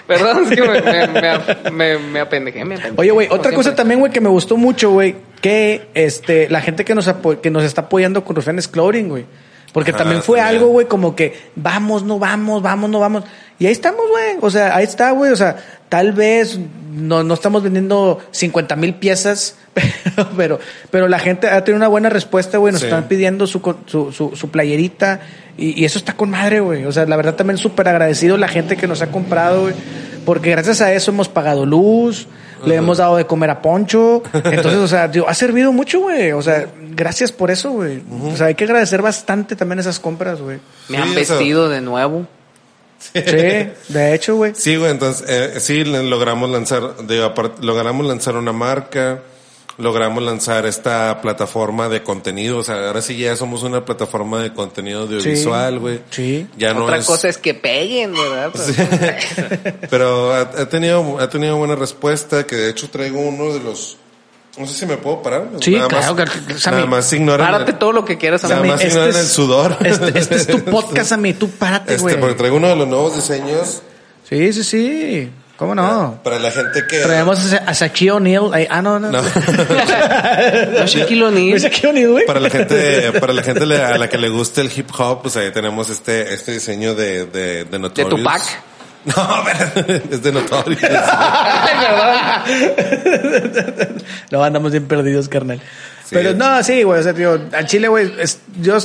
Speaker 1: Perdón, es que me, me, me, me- me apendejé, me apendejé,
Speaker 2: Oye, güey,
Speaker 1: como
Speaker 2: otra cosa
Speaker 1: siempre.
Speaker 2: también, güey, que me gustó mucho, güey, que este, la gente que nos, apo- que nos está apoyando con Rufianes Clothing, güey. Porque
Speaker 3: Ajá,
Speaker 2: también fue
Speaker 3: también.
Speaker 2: algo, güey, como que vamos, no vamos, vamos, no vamos. Y ahí estamos, güey. O sea, ahí está, güey. O sea, tal vez no, no estamos vendiendo 50 mil piezas, pero, pero, pero la gente ha tenido una buena respuesta, güey. Nos
Speaker 3: Sí.
Speaker 2: están pidiendo su, con- su, su, su playerita y, y eso está con madre, güey. O sea, la verdad también súper agradecido la gente que nos ha comprado, güey. Porque gracias a eso hemos pagado luz, le hemos dado de comer a Poncho. Entonces, o sea, digo, ha servido mucho, güey. O sea, gracias por eso, güey. O sea, hay que agradecer bastante también esas compras, güey.
Speaker 1: Me han
Speaker 3: Sí, o sea-
Speaker 1: vestido de nuevo.
Speaker 2: Sí, de hecho, güey.
Speaker 3: Sí, güey, entonces, eh, sí, le- logramos lanzar, digo, apart- logramos lanzar una marca, logramos lanzar esta plataforma de contenido, o sea, ahora sí ya somos una plataforma de contenido audiovisual, güey.
Speaker 2: Sí.
Speaker 3: Ya no
Speaker 1: otra
Speaker 3: es-
Speaker 1: cosa es que peguen, ¿verdad? Pero-
Speaker 3: Pero ha, ha tenido, ha tenido buena respuesta, que de hecho traigo uno de los, no sé si me puedo parar.
Speaker 2: Sí,
Speaker 3: Nada
Speaker 2: claro
Speaker 3: más,
Speaker 2: que- que- Sammy,
Speaker 3: Nada más ignoran.
Speaker 1: Párate todo lo que quieras,
Speaker 3: Nada
Speaker 1: Sammy.
Speaker 3: más ignoran el sudor.
Speaker 2: Este, este es tu podcast, Sammy. Tú párate,
Speaker 3: Este,
Speaker 2: güey.
Speaker 3: porque traigo uno de los nuevos diseños.
Speaker 2: Sí, sí, sí. ¿Cómo no?
Speaker 3: Para la gente que...
Speaker 2: Traemos a, a Shaquille O'Neal. Ay, Ah, no, no.
Speaker 3: No.
Speaker 1: No, Shaquille O'Neal.
Speaker 2: ¿No es Shaquille O'Neal, güey?
Speaker 3: para la gente, para la gente le- a la que le guste el hip hop, pues ahí tenemos este, este diseño de, de, de Notorious.
Speaker 1: Tupac?
Speaker 3: No, pero es de Notorious.
Speaker 1: Ay, perdón.
Speaker 2: No, andamos bien perdidos, carnal.
Speaker 3: Sí.
Speaker 2: Pero no, sí, güey. O sea, tío, al Chile, güey, es- yo,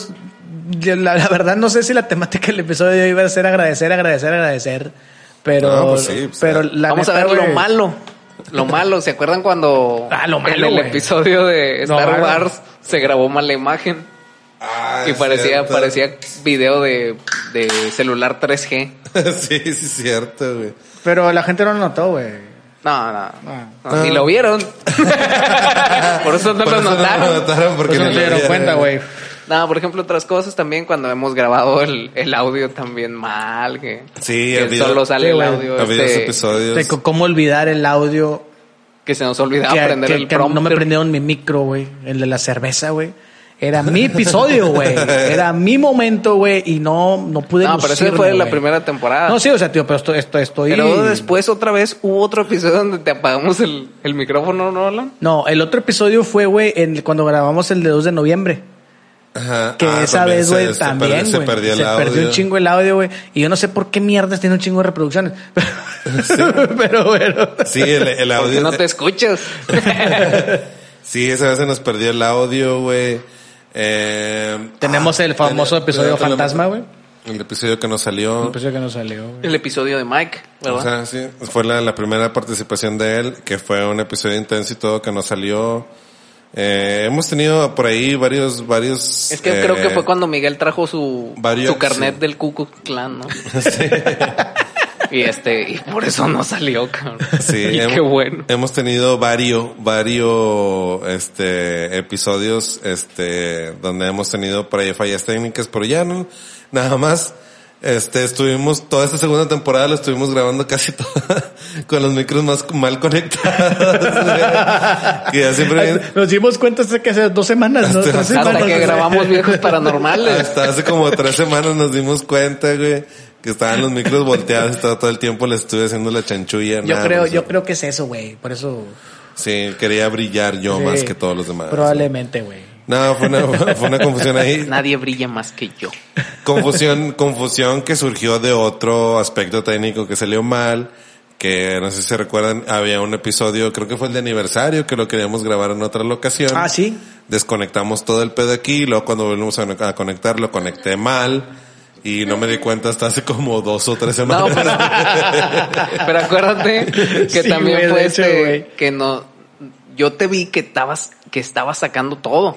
Speaker 2: yo la, la verdad no sé si la temática del episodio de hoy iba a ser agradecer, agradecer, agradecer. Pero,
Speaker 3: No, pues sí, pues,
Speaker 2: pero
Speaker 3: eh.
Speaker 2: la
Speaker 1: Vamos a
Speaker 2: neta,
Speaker 1: ver lo
Speaker 2: güey,
Speaker 1: malo. Lo malo, ¿se acuerdan cuando
Speaker 2: Ah, lo malo,
Speaker 1: en el
Speaker 2: güey.
Speaker 1: episodio de
Speaker 2: No,
Speaker 1: Star
Speaker 2: bueno.
Speaker 1: Wars se grabó mala imagen?
Speaker 3: Ah,
Speaker 1: y
Speaker 3: es
Speaker 1: parecía,
Speaker 3: cierto.
Speaker 1: parecía video de, de celular 3G.
Speaker 3: sí, sí, es cierto, güey.
Speaker 2: Pero la gente no lo notó, güey.
Speaker 1: No, no,
Speaker 2: Ah.
Speaker 1: no, Ni lo vieron. por eso no
Speaker 3: Por
Speaker 1: lo
Speaker 3: eso No lo
Speaker 1: notaron.
Speaker 3: notaron porque
Speaker 2: Por eso no
Speaker 3: ni lo
Speaker 2: se dieron
Speaker 3: vieron.
Speaker 2: cuenta, güey.
Speaker 1: No, por ejemplo, otras cosas también cuando hemos grabado el, el audio también mal. Que,
Speaker 3: Sí,
Speaker 1: que
Speaker 3: ha habido-
Speaker 1: solo sale
Speaker 2: Sí,
Speaker 1: el
Speaker 2: güey.
Speaker 1: audio.
Speaker 3: Ha habido
Speaker 1: este,
Speaker 3: episodios.
Speaker 2: De co- cómo olvidar el audio.
Speaker 1: que se nos olvidaba
Speaker 2: que,
Speaker 1: prender
Speaker 2: que-
Speaker 1: el
Speaker 2: que no me
Speaker 1: prompter.
Speaker 2: prendieron mi micro, güey. El de la cerveza, güey. Era mi episodio, güey. Era mi momento, güey. Y no, no pude
Speaker 1: No, pero esa
Speaker 2: lucirme,
Speaker 1: fue la
Speaker 2: güey.
Speaker 1: primera temporada.
Speaker 2: No, sí, o sea, tío, pero esto, esto, estoy.
Speaker 1: Pero después otra vez hubo otro episodio donde te apagamos el, el micrófono, ¿no, Alan?
Speaker 2: No, el otro episodio fue, güey, en- cuando grabamos el de 2 de noviembre.
Speaker 3: Ajá.
Speaker 2: Que
Speaker 3: Ah,
Speaker 2: esa
Speaker 3: también
Speaker 2: vez,
Speaker 3: se-
Speaker 2: güey,
Speaker 3: se
Speaker 2: también,
Speaker 3: perdió-
Speaker 2: güey.
Speaker 3: Se perdió el audio.
Speaker 2: un chingo el audio, güey. Y yo no sé por qué mierdas tiene un chingo de reproducciones. pero bueno.
Speaker 3: Sí, el, el
Speaker 1: Porque
Speaker 3: audio.
Speaker 1: no te escuchas.
Speaker 3: Sí, esa vez se nos perdió el audio, güey. Eh,
Speaker 2: Tenemos el famoso episodio
Speaker 3: tenemos-
Speaker 2: fantasma, güey.
Speaker 3: El episodio que no salió.
Speaker 2: Un episodio que no salió, güey.
Speaker 1: el episodio de Mike, ¿verdad?
Speaker 3: O sea, sí, fue la, la primera participación de él, que fue un episodio intenso y todo que no salió. Eh, hemos tenido por ahí varios, varios.
Speaker 1: Es que creo
Speaker 3: eh,
Speaker 1: que fue cuando Miguel trajo su,
Speaker 3: varios-
Speaker 1: su carnet
Speaker 3: sí.
Speaker 1: del Cucu Clan, ¿no? y este, y por eso no salió, cabrón.
Speaker 3: Sí, eh,
Speaker 1: y
Speaker 3: hem-
Speaker 1: qué bueno.
Speaker 3: Hemos tenido varios, varios este, episodios este, donde hemos tenido por ahí fallas técnicas, pero ya no, nada más. Este, estuvimos, toda esta segunda temporada la estuvimos grabando casi toda, con los micros más mal conectados. que ya siempre
Speaker 2: Ay,
Speaker 3: bien-
Speaker 2: Nos dimos cuenta hasta que hace dos semanas, ¿no?
Speaker 3: Hasta-
Speaker 2: Tres
Speaker 3: Sí,
Speaker 1: Hasta
Speaker 2: semanas.
Speaker 1: que grabamos viejos paranormales.
Speaker 3: Hasta hace como tres semanas nos dimos cuenta, güey, que estaban los micros volteados y todo, todo el tiempo le estuve haciendo la chanchulla.
Speaker 2: Yo
Speaker 3: nada,
Speaker 2: creo,
Speaker 3: pues,
Speaker 2: yo creo que es eso, güey. Por eso.
Speaker 3: Sí, quería brillar yo
Speaker 2: sí,
Speaker 3: más que todos los demás.
Speaker 2: Probablemente, güey.
Speaker 3: No, fue una, fue una confusión ahí.
Speaker 1: Nadie brilla más que yo.
Speaker 3: Confusión, confusión que surgió de otro aspecto técnico que salió mal. Que no sé si se recuerdan, había un episodio, creo que fue el de aniversario, que lo queríamos grabar en otra locación.
Speaker 2: Ah, sí.
Speaker 3: Desconectamos todo el pedo aquí, y luego cuando volvimos a, a conectar lo conecté mal. Y no me di cuenta hasta hace como dos o tres
Speaker 1: No,
Speaker 3: semanas.
Speaker 1: pero, pero acuérdate que
Speaker 2: Sí,
Speaker 1: también
Speaker 2: güey, de
Speaker 1: fue
Speaker 2: hecho,
Speaker 1: este,
Speaker 2: güey.
Speaker 1: que no, yo te vi que estabas, que estabas sacando todo.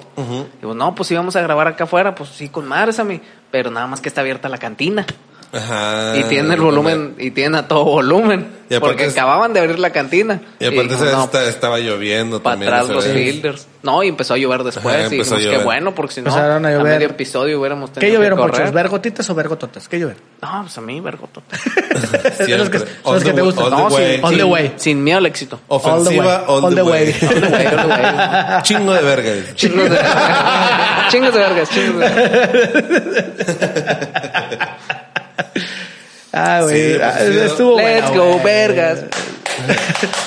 Speaker 1: Digo, no, pues íbamos a grabar acá afuera, pues sí, con madres a mí, pero nada más que está abierta la cantina.
Speaker 3: Ajá.
Speaker 1: pues, Y tienen el volumen, y tienen a todo volumen.
Speaker 3: Ah, Y aparte
Speaker 1: porque
Speaker 3: es-
Speaker 1: acababan de abrir la cantina.
Speaker 3: Y aparte
Speaker 1: dijo,
Speaker 3: esa-
Speaker 1: no,
Speaker 3: esta- estaba lloviendo
Speaker 1: para
Speaker 3: también.
Speaker 1: atrás
Speaker 3: esa
Speaker 1: los
Speaker 3: vez.
Speaker 1: builders. No, y empezó a llover después.
Speaker 3: Ajá,
Speaker 1: y
Speaker 3: empezó
Speaker 1: dijimos,
Speaker 3: a
Speaker 1: qué
Speaker 3: llover.
Speaker 1: bueno, porque si no, a,
Speaker 2: Empezaron a llover.
Speaker 1: medio episodio hubiéramos tenido
Speaker 2: ¿Qué llovieron,
Speaker 1: que
Speaker 2: pochos?
Speaker 1: correr.
Speaker 2: ¿Vergotitas o vergototas? ¿Qué llovieron?
Speaker 1: No, pues a mí, vergoto.
Speaker 3: Siempre.
Speaker 2: Son los que- son
Speaker 3: On
Speaker 2: los que
Speaker 3: the
Speaker 2: te
Speaker 3: way-
Speaker 2: gustan.
Speaker 3: on the
Speaker 1: No,
Speaker 3: way.
Speaker 1: sin,
Speaker 2: On the
Speaker 1: sin-
Speaker 2: way.
Speaker 1: sin miedo al éxito.
Speaker 3: Oh. Ofensiva
Speaker 2: All the way.
Speaker 3: on the
Speaker 2: All the
Speaker 3: way.
Speaker 1: All the way, all the way.
Speaker 3: Chingo de verga.
Speaker 1: Chingos de chingos de vergas, chingos de vergas.
Speaker 2: Ah,
Speaker 3: Sí,
Speaker 2: güey.
Speaker 3: pues,
Speaker 2: ah,
Speaker 3: sí, ¿no?
Speaker 2: estuvo
Speaker 1: Let's
Speaker 2: bueno,
Speaker 1: go,
Speaker 2: güey.
Speaker 1: vergas.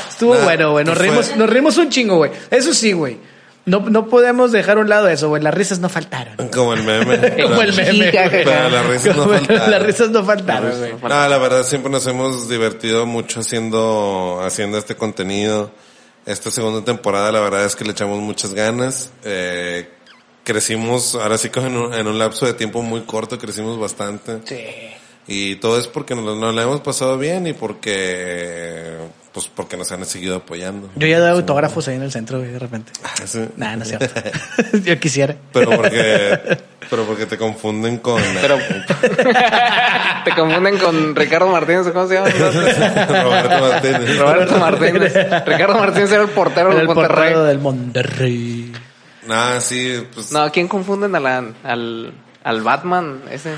Speaker 2: Estuvo
Speaker 3: Nah,
Speaker 2: bueno, güey. Nos
Speaker 3: pues fue-
Speaker 2: reímos, nos reímos un chingo, güey. Eso sí, güey. No, no podemos dejar a un lado eso, güey. Las risas no faltaron.
Speaker 3: Como el meme.
Speaker 2: Como el meme.
Speaker 1: Jijaja.
Speaker 2: güey.
Speaker 3: Pero las risas no
Speaker 2: Como-
Speaker 3: faltaron.
Speaker 2: Las risas no faltaron, güey.
Speaker 3: No, la verdad siempre nos hemos divertido mucho haciendo, haciendo este contenido. Esta segunda temporada la verdad es que le echamos muchas ganas. Eh, crecimos, ahora sí que en un, en un lapso de tiempo muy corto crecimos bastante. Y todo es porque nos, nos la hemos pasado bien y porque, pues porque nos han seguido apoyando.
Speaker 2: Yo ya he dado autógrafos ahí en el centro, güey, de repente.
Speaker 3: Sí.
Speaker 2: Nah, no es cierto. Yo quisiera.
Speaker 3: Pero porque, pero porque te confunden con...
Speaker 1: Pero te confunden con Ricardo Martínez, ¿cómo se llama?
Speaker 3: Roberto Martínez.
Speaker 1: Roberto Martínez. Ricardo Martínez era el portero
Speaker 2: Era
Speaker 1: del
Speaker 2: el
Speaker 1: Monterrey.
Speaker 2: portero del Monterrey.
Speaker 3: Nah, sí, pues.
Speaker 1: No, ¿a quién confunden a la- al, al Batman ese?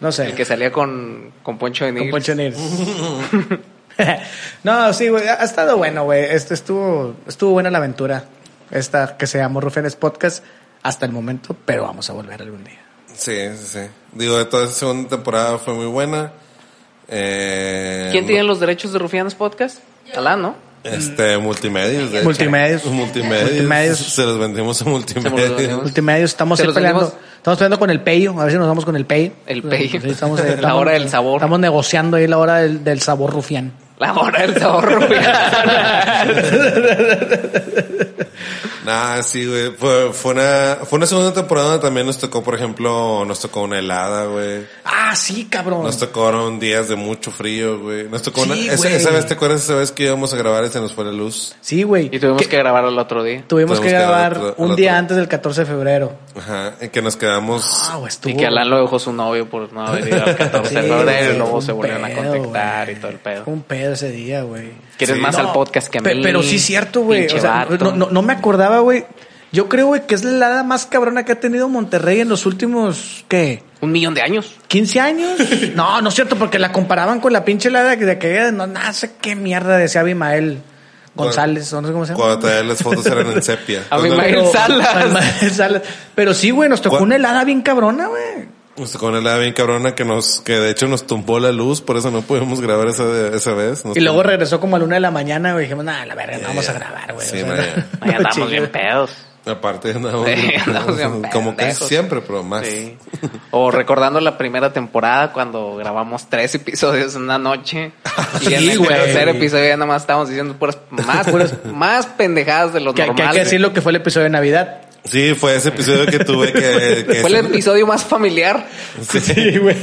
Speaker 2: No sé.
Speaker 1: El que salía con, con Poncho de
Speaker 2: Con
Speaker 1: Nigris.
Speaker 2: Poncho Nigris. no, sí, güey, ha ha estado bueno, güey. Este estuvo, estuvo buena la aventura. Esta que se llamó Rufenes Podcast hasta el momento, pero vamos a volver algún día.
Speaker 3: Sí, sí, sí. Digo, de toda esa segunda temporada fue muy buena. Eh,
Speaker 1: ¿Quién
Speaker 3: no-
Speaker 1: tiene los derechos de Rufianes Podcast? Alá, ¿no?
Speaker 3: Este, multimedios. de hecho.
Speaker 2: Multimedios.
Speaker 3: Multimedios.
Speaker 2: Multimedios.
Speaker 3: Se los vendimos
Speaker 1: Se
Speaker 3: a
Speaker 1: los
Speaker 3: multimedios.
Speaker 1: vendimos.
Speaker 2: Multimedios, estamos
Speaker 1: Se
Speaker 2: ahí
Speaker 1: Pues, los
Speaker 2: peleando.
Speaker 1: vendimos.
Speaker 2: Estamos peleando con el peyo, a ver si nos vamos con el peyo.
Speaker 1: El peyo.
Speaker 2: Sí, estamos ahí,
Speaker 1: La
Speaker 2: estamos-
Speaker 1: hora del sabor.
Speaker 2: Estamos negociando ahí la hora del, del sabor rufián. Ah,
Speaker 1: La hora del sabor rufián.
Speaker 3: Nah, sí, güey. Fue, fue, una, fue una segunda temporada donde también nos tocó, por ejemplo, nos tocó una helada, güey.
Speaker 2: Ah, sí, cabrón.
Speaker 3: Nos tocaron días de mucho frío, güey. Nos tocó
Speaker 2: Sí,
Speaker 3: una, esa,
Speaker 2: güey.
Speaker 3: esa vez, ¿te acuerdas esa vez que íbamos a grabar y se nos fue la luz?
Speaker 2: Sí, güey.
Speaker 1: y tuvimos
Speaker 2: Que-
Speaker 1: que grabar el otro día.
Speaker 2: Tuvimos que
Speaker 3: Tuvimos que
Speaker 2: grabar
Speaker 3: grabar otro-
Speaker 2: un
Speaker 3: otro.
Speaker 2: día antes del 14 de febrero.
Speaker 3: Ajá. En que nos quedamos.
Speaker 2: Ah, güey, estuvo.
Speaker 1: Y que Alan lo dejó su novio por no haber ido al 14 de
Speaker 2: Sí,
Speaker 1: febrero y
Speaker 2: güey, fue
Speaker 1: luego
Speaker 2: un
Speaker 1: se volvieron a
Speaker 2: pedo,
Speaker 1: contactar
Speaker 2: güey.
Speaker 1: y todo el pedo.
Speaker 2: Fue un pedo ese día, güey.
Speaker 1: ¿Quieres
Speaker 3: Sí.
Speaker 1: más
Speaker 2: No,
Speaker 1: al podcast que a mí?
Speaker 2: pe- Pero sí es cierto, güey.
Speaker 1: Pinche
Speaker 2: O sea,
Speaker 1: vato.
Speaker 2: no, no, no me acordaba, güey. Yo creo, güey, que es la helada más cabrona que ha tenido Monterrey en los últimos, ¿qué?
Speaker 1: Un millón de años.
Speaker 2: ¿15 años? No, no es cierto, porque la comparaban con la pinche helada que de que no, no sé qué mierda decía Abimael González, o no sé cómo se llama.
Speaker 3: Cuando traía las fotos eran en sepia.
Speaker 1: A mí
Speaker 3: Cuando-
Speaker 1: me- Abimael Salas.
Speaker 2: Abimael Salas. Pero sí, güey, nos tocó
Speaker 3: ¿Cuál?
Speaker 2: una helada bien cabrona, güey.
Speaker 3: Nos tocó una helada bien cabrona que nos, que de hecho nos tumbó la luz, por eso no pudimos grabar esa, de- esa vez. Nos
Speaker 2: Y luego
Speaker 3: tumbó.
Speaker 2: regresó como a la una de la mañana, güey. Dijimos, nada, la verga, no vamos
Speaker 3: ya.
Speaker 2: a grabar, güey.
Speaker 3: Sí,
Speaker 2: O sea,
Speaker 3: no, ya.
Speaker 1: Ahí andamos
Speaker 2: chingue.
Speaker 1: bien pedos.
Speaker 3: Aparte andábamos,
Speaker 1: Sí, andamos bien
Speaker 3: como casi
Speaker 1: pendejos.
Speaker 3: siempre, pero más.
Speaker 1: Sí. O recordando la primera temporada cuando grabamos tres episodios en una noche. Y en
Speaker 2: Sí,
Speaker 1: el
Speaker 2: güey.
Speaker 1: tercer episodio ya nada más estábamos diciendo puras más, puras, más pendejadas de lo
Speaker 2: Que, que
Speaker 1: Pues normal.
Speaker 2: hay que decir lo que fue el episodio de Navidad.
Speaker 3: Sí, fue ese episodio que tuve que... que
Speaker 1: Fue el episodio más familiar.
Speaker 2: Sí,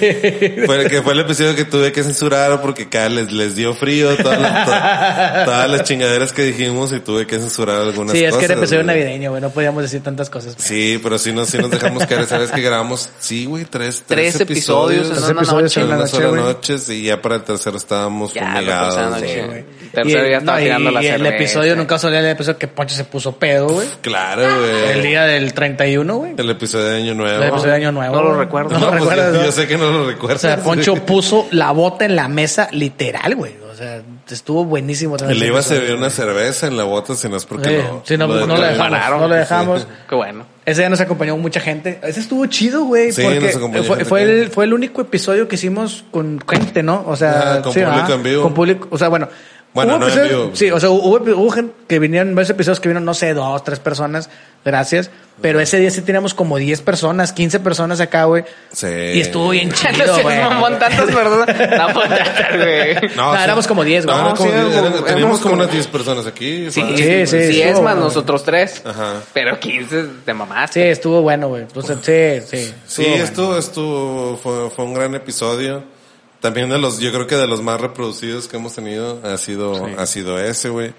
Speaker 2: güey.
Speaker 3: Fue, que fue el episodio que tuve que censurar porque cada les, les dio frío todas las, to- todas las chingaderas que dijimos y tuve que censurar algunas
Speaker 2: Sí,
Speaker 3: cosas.
Speaker 2: es que era episodio
Speaker 3: güey.
Speaker 2: navideño, güey. No podíamos decir tantas cosas.
Speaker 3: Sí, pero sí nos, sí nos dejamos caer. Sabes que grabamos, sí, güey, tres, tres,
Speaker 1: Tres episodios en
Speaker 2: Tres
Speaker 1: una
Speaker 2: episodios
Speaker 1: noche.
Speaker 3: en
Speaker 2: en la
Speaker 3: una
Speaker 2: noche,
Speaker 3: sola
Speaker 2: güey.
Speaker 3: noche y ya para el tercero estábamos
Speaker 1: Ya,
Speaker 3: fumigados.
Speaker 1: la tercera
Speaker 3: güey.
Speaker 1: noche.
Speaker 2: güey.
Speaker 1: Tercero
Speaker 2: Y-
Speaker 1: ya estaba
Speaker 2: no, y-
Speaker 1: tirando la
Speaker 2: y el
Speaker 1: cerveza.
Speaker 2: episodio, nunca salió el episodio que Poncho se puso pedo, güey.
Speaker 3: Claro,
Speaker 2: Ah, El
Speaker 3: güey.
Speaker 2: día del 31, güey.
Speaker 3: El episodio de Año Nuevo.
Speaker 2: El episodio de Año Nuevo.
Speaker 1: No lo
Speaker 2: güey.
Speaker 1: recuerdo.
Speaker 2: No,
Speaker 3: No,
Speaker 2: lo
Speaker 3: pues
Speaker 2: recuerdas,
Speaker 3: yo, yo
Speaker 2: ¿no?
Speaker 3: sé que no lo recuerdo.
Speaker 2: O sea, Poncho puso la bota en la mesa, literal, güey. O sea, estuvo buenísimo. también
Speaker 3: Le
Speaker 2: ese
Speaker 3: iba a
Speaker 2: episodio.
Speaker 3: servir una cerveza en la bota, si no es porque
Speaker 2: Sí,
Speaker 3: no.
Speaker 2: sí, no,
Speaker 3: lo
Speaker 2: no lo
Speaker 3: dejaron.
Speaker 2: dejamos. No lo dejamos.
Speaker 1: Qué bueno.
Speaker 2: Ese día nos acompañó mucha gente. Ese estuvo chido, güey.
Speaker 3: Sí, nos
Speaker 2: porque
Speaker 3: acompañó
Speaker 2: fue,
Speaker 3: gente
Speaker 2: fue
Speaker 3: que-
Speaker 2: el, fue el único episodio que hicimos con gente, ¿no? O sea,
Speaker 3: Ah, con
Speaker 2: sí,
Speaker 3: público
Speaker 2: ¿verdad?
Speaker 3: en vivo.
Speaker 2: Con público. O sea, bueno.
Speaker 3: Bueno,
Speaker 2: hubo
Speaker 3: no en
Speaker 2: episodios-
Speaker 3: vivo.
Speaker 2: Sí, o sea, hubo, hubo gente que vinieron, varios episodios que vinieron, no sé, dos, tres personas. Gracias. Pero ese día sí teníamos como 10 personas, 15 personas acá, güey.
Speaker 3: Sí.
Speaker 2: Y estuvo bien
Speaker 1: Ya no
Speaker 2: chido,
Speaker 1: seas
Speaker 2: güey.
Speaker 1: mamón, tantas personas. No, pues, ya, güey.
Speaker 2: No, Ah, éramos como 10, güey.
Speaker 3: No, eran
Speaker 1: No,
Speaker 3: como
Speaker 1: sí,
Speaker 3: 10,
Speaker 1: éramos
Speaker 3: eran-
Speaker 1: como-
Speaker 3: teníamos
Speaker 1: éramos
Speaker 3: como
Speaker 1: como-
Speaker 3: unas 10 personas aquí.
Speaker 1: Sí,
Speaker 3: para-
Speaker 2: sí,
Speaker 1: sí,
Speaker 2: sí,
Speaker 1: sí, es
Speaker 2: estuvo
Speaker 1: más
Speaker 2: bueno.
Speaker 1: nosotros tres.
Speaker 3: Ajá.
Speaker 1: Pero 15 te mamaste.
Speaker 2: Sí, estuvo bueno, güey. Entonces, sí, sí. estuvo
Speaker 3: Sí,
Speaker 2: bueno.
Speaker 3: estuvo, estuvo, fue, fue un gran episodio. También de los, yo creo que de los más reproducidos que hemos tenido ha sido, ha sido ese, güey.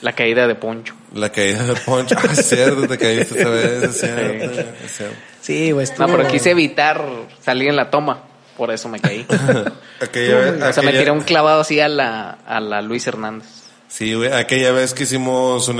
Speaker 1: La caída de Poncho.
Speaker 3: La caída de Poncho. Ah, es cierto, te caíste esta vez, es cierto, es cierto.
Speaker 2: Sí, güey.
Speaker 1: No,
Speaker 2: estuvo-
Speaker 1: pero quise evitar salir en la toma. Por eso me caí.
Speaker 3: Aquella, vez-
Speaker 1: o sea, me
Speaker 3: aquella-
Speaker 1: tiré un clavado así a la, a la Luis Hernández.
Speaker 3: Sí, güey, aquella vez que hicimos un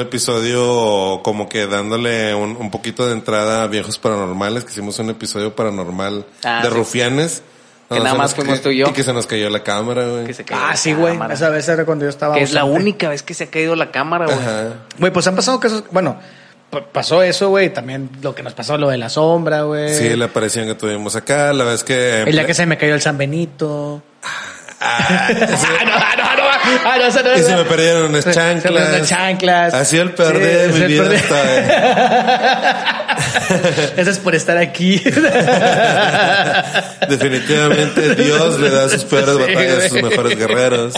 Speaker 3: episodio como que dándole un, un poquito de entrada a viejos paranormales, que hicimos un episodio paranormal
Speaker 1: Ah,
Speaker 3: de
Speaker 1: sí.
Speaker 3: rufianes.
Speaker 1: Que
Speaker 3: No,
Speaker 1: nada
Speaker 3: se
Speaker 1: más
Speaker 3: nos
Speaker 1: fuimos
Speaker 3: ca-
Speaker 1: tú y yo.
Speaker 3: Y que se nos cayó la cámara, güey.
Speaker 1: Que se cayó
Speaker 2: Ah,
Speaker 1: la
Speaker 2: sí, güey.
Speaker 1: cámara.
Speaker 2: Esa vez era cuando yo estaba.
Speaker 1: Que es la
Speaker 2: ausente.
Speaker 1: única vez que se ha caído la cámara, güey.
Speaker 3: Ajá.
Speaker 2: Güey, pues han pasado casos. Bueno, p- pasó eso, güey. También lo que nos pasó, lo de la sombra, güey.
Speaker 3: Sí, la aparición que tuvimos acá, la vez que...
Speaker 2: El día que se me cayó el San Benito.
Speaker 3: Ah,
Speaker 2: Ah, no, ah, no, ah, no, ah, no, esa no
Speaker 3: y
Speaker 2: es-
Speaker 3: se me perdieron unas
Speaker 2: Se- se
Speaker 3: chanclas.
Speaker 2: me perdieron unas chanclas.
Speaker 3: Ha sido el peor
Speaker 2: Sí,
Speaker 3: día de
Speaker 2: es
Speaker 3: mi
Speaker 2: el
Speaker 3: vida
Speaker 2: peor día.
Speaker 3: hasta hoy.
Speaker 2: Eso es por estar aquí.
Speaker 3: Definitivamente Dios le da sus peores
Speaker 2: Sí,
Speaker 3: batallas a sus
Speaker 2: güey.
Speaker 3: mejores guerreros.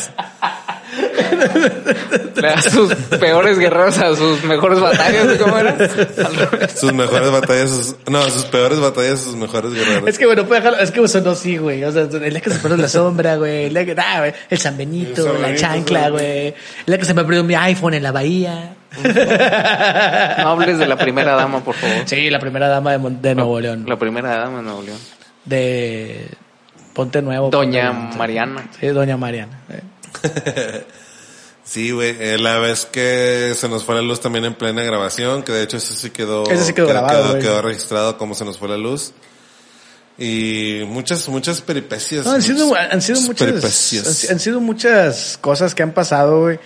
Speaker 1: Le da sus peores guerreros a sus mejores batallas. ¿Cómo era? Al revés.
Speaker 3: Sus mejores batallas, sus- no, sus peores batallas a sus mejores guerreros.
Speaker 2: es que bueno, puede dejarlo. Es que eso no sí, güey. O sea, el día que se perdió la sombra, güey. El día que, nah, güey. El San Benito,
Speaker 3: El San
Speaker 2: la
Speaker 3: Benito,
Speaker 2: chancla,
Speaker 3: sí.
Speaker 2: güey. El día que se me perdió mi iPhone en la bahía.
Speaker 1: No hables de la primera dama, por favor.
Speaker 2: Sí, la primera dama de, Mon- de Nuevo León.
Speaker 1: La primera dama de Nuevo León.
Speaker 2: de Ponte Nuevo.
Speaker 1: Doña
Speaker 2: Ponte Nuevo.
Speaker 1: Mariana.
Speaker 2: Sí, Doña Mariana. eh.
Speaker 3: Sí, güey, eh, la vez que se nos fue la luz también en plena grabación, que de hecho eso sí quedó,
Speaker 2: Ese sí quedó grabado,
Speaker 3: quedó,
Speaker 2: güey.
Speaker 3: quedó registrado cómo se nos fue la luz. Y muchas, muchas peripecias.
Speaker 2: No, han sido,
Speaker 3: muchas-
Speaker 2: han sido muchas,
Speaker 3: peripecias.
Speaker 2: han, si- han sido muchas cosas que han pasado, güey.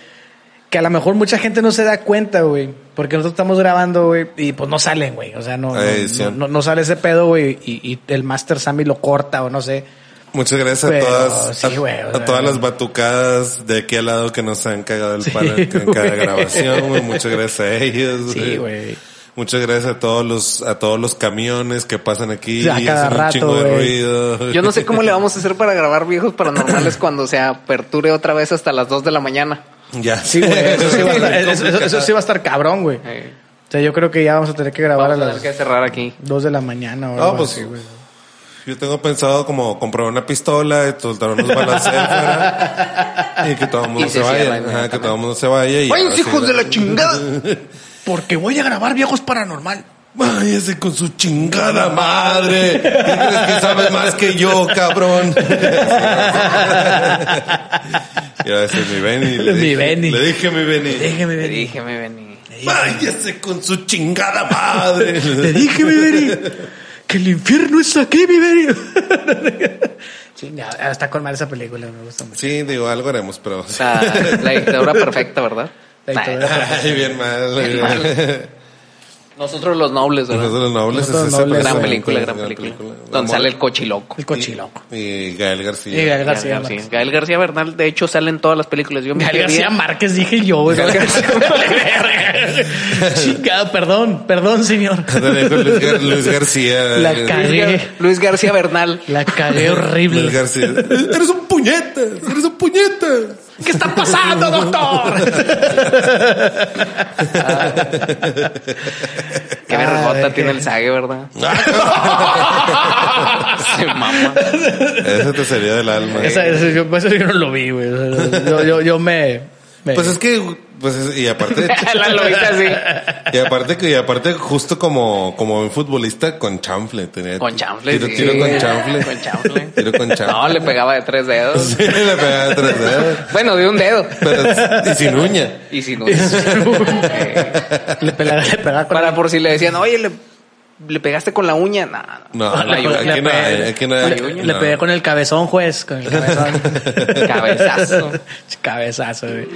Speaker 2: Que a lo mejor mucha gente no se da cuenta, güey. Porque nosotros estamos grabando, güey, y pues no salen, güey. O sea, no, no,
Speaker 3: La edición.
Speaker 2: no- no sale ese pedo, güey. Y, y el Master Sammy lo corta o no sé.
Speaker 3: Muchas gracias
Speaker 2: Pero,
Speaker 3: a todas,
Speaker 2: sí,
Speaker 3: a,
Speaker 2: güey, o
Speaker 3: a
Speaker 2: sea,
Speaker 3: todas las batucadas de aquí al lado que nos han cagado el
Speaker 2: Sí,
Speaker 3: palo en- en
Speaker 2: güey.
Speaker 3: cada grabación, güey. Muchas gracias a ellos,
Speaker 2: Sí, güey.
Speaker 3: Muchas gracias a todos los, a todos los camiones que pasan aquí
Speaker 2: Sí, a
Speaker 3: y
Speaker 2: cada
Speaker 3: hacen un
Speaker 2: rato,
Speaker 3: chingo de
Speaker 2: güey.
Speaker 3: ruido.
Speaker 1: Yo no sé cómo le vamos a hacer para grabar viejos paranormales cuando se aperture otra vez hasta las 2 de la mañana.
Speaker 3: Ya.
Speaker 2: Sí, güey. Eso, sí va a estar-
Speaker 3: Muy
Speaker 2: eso- eso- eso sí va a estar cabrón, güey. O
Speaker 1: Eh,
Speaker 2: sea, yo creo que ya vamos a tener que grabar
Speaker 1: vamos a
Speaker 2: a
Speaker 1: tener que
Speaker 2: las
Speaker 1: cerrar aquí.
Speaker 2: 2 de la mañana o
Speaker 3: No,
Speaker 2: algo
Speaker 3: pues,
Speaker 2: así, güey.
Speaker 3: Yo tengo pensado como comprar una pistola y soltar unos balas afuera y que todo el mundo
Speaker 1: Y
Speaker 3: se
Speaker 1: se cierra
Speaker 3: vaya. Ajá, que
Speaker 1: inmediatamente.
Speaker 3: todo el mundo se vaya. y ahora
Speaker 1: ¡Váyanse,
Speaker 3: sí,
Speaker 1: hijos de la
Speaker 3: ¿verdad?
Speaker 1: chingada!
Speaker 2: Porque voy a grabar viejos paranormal.
Speaker 3: Váyase con su chingada madre. ¿Qué crees que sabes más que yo, cabrón? y ahora ese es mi Benny. Le
Speaker 2: Mi
Speaker 3: dije-
Speaker 2: Benny.
Speaker 3: Le dije mi Benny.
Speaker 2: Déjeme
Speaker 1: Te
Speaker 2: ver.
Speaker 1: dije, me vení.
Speaker 3: Váyase con su chingada madre.
Speaker 2: Te dije, mi Beri, que el infierno es aquí, mi Beri. Chingada, está con mal esa película, me gusta mucho.
Speaker 3: Sí, digo, algo haremos, pero...
Speaker 1: La, la dictadura perfecta, ¿verdad?
Speaker 2: La dictadura
Speaker 1: Nah,
Speaker 3: Ay, bien mal. Bien mal.
Speaker 1: Nosotros los nobles, ¿verdad?
Speaker 3: Nosotros los nobles.
Speaker 2: Nosotros los
Speaker 3: es esa
Speaker 2: nobles.
Speaker 1: gran
Speaker 3: persona,
Speaker 1: película,
Speaker 3: es
Speaker 1: gran película.
Speaker 3: Vamos.
Speaker 1: Donde sale el cochiloco.
Speaker 2: El cochiloco.
Speaker 3: Y Gael García.
Speaker 2: Y Gael García
Speaker 1: Gael
Speaker 2: Márquez.
Speaker 1: García. Gael García Bernal, de hecho, sale en todas las películas. Yo me
Speaker 2: Gael García
Speaker 1: quería-
Speaker 2: Márquez dije yo, güey.
Speaker 1: Gael
Speaker 2: Chingada, perdón, perdón, señor.
Speaker 3: Ándale, con Luis, Gar- Luis García.
Speaker 2: La
Speaker 3: Eh,
Speaker 2: cagué.
Speaker 1: Luis Gar- Luis García Bernal.
Speaker 2: La cagué
Speaker 3: Luis
Speaker 2: horrible.
Speaker 3: García. Eres un puñeta. Eres un puñeta.
Speaker 2: ¿Qué está pasando, doctor?
Speaker 1: Qué
Speaker 2: Ah,
Speaker 1: vergota
Speaker 2: de
Speaker 1: tiene
Speaker 2: que-
Speaker 1: el sague, ¿verdad? Se mama.
Speaker 3: Esa te sería del alma.
Speaker 2: Esa- esa- yo, eso yo no lo vi, güey. O sea, Yo, yo, yo me, me-
Speaker 3: Pues es que, pues es- y aparte,
Speaker 1: La lobita así.
Speaker 3: y aparte que, y aparte justo como, como un futbolista con chanfle. Tenía,
Speaker 1: Con chanfle.
Speaker 3: Tiro,
Speaker 1: sí.
Speaker 3: tiro con chanfle.
Speaker 1: Con chanfle.
Speaker 3: Tiro con chanfle.
Speaker 1: No, le pegaba de tres dedos.
Speaker 3: Sí, le pegaba tres dedos.
Speaker 1: Bueno, de un dedo.
Speaker 3: Pero, y sin uña.
Speaker 1: Y si no. Eh,
Speaker 2: le pelaba, le pelaba con
Speaker 1: para por si le decían, oye, le, le pegaste con la uña. No,
Speaker 3: No,
Speaker 1: Con la
Speaker 3: no,
Speaker 1: uña.
Speaker 3: aquí no hay, aquí no hay.
Speaker 2: le,
Speaker 3: no.
Speaker 2: le pegué con el cabezón, juez. Con el cabezón.
Speaker 1: Cabezazo.
Speaker 2: Cabezazo, güey.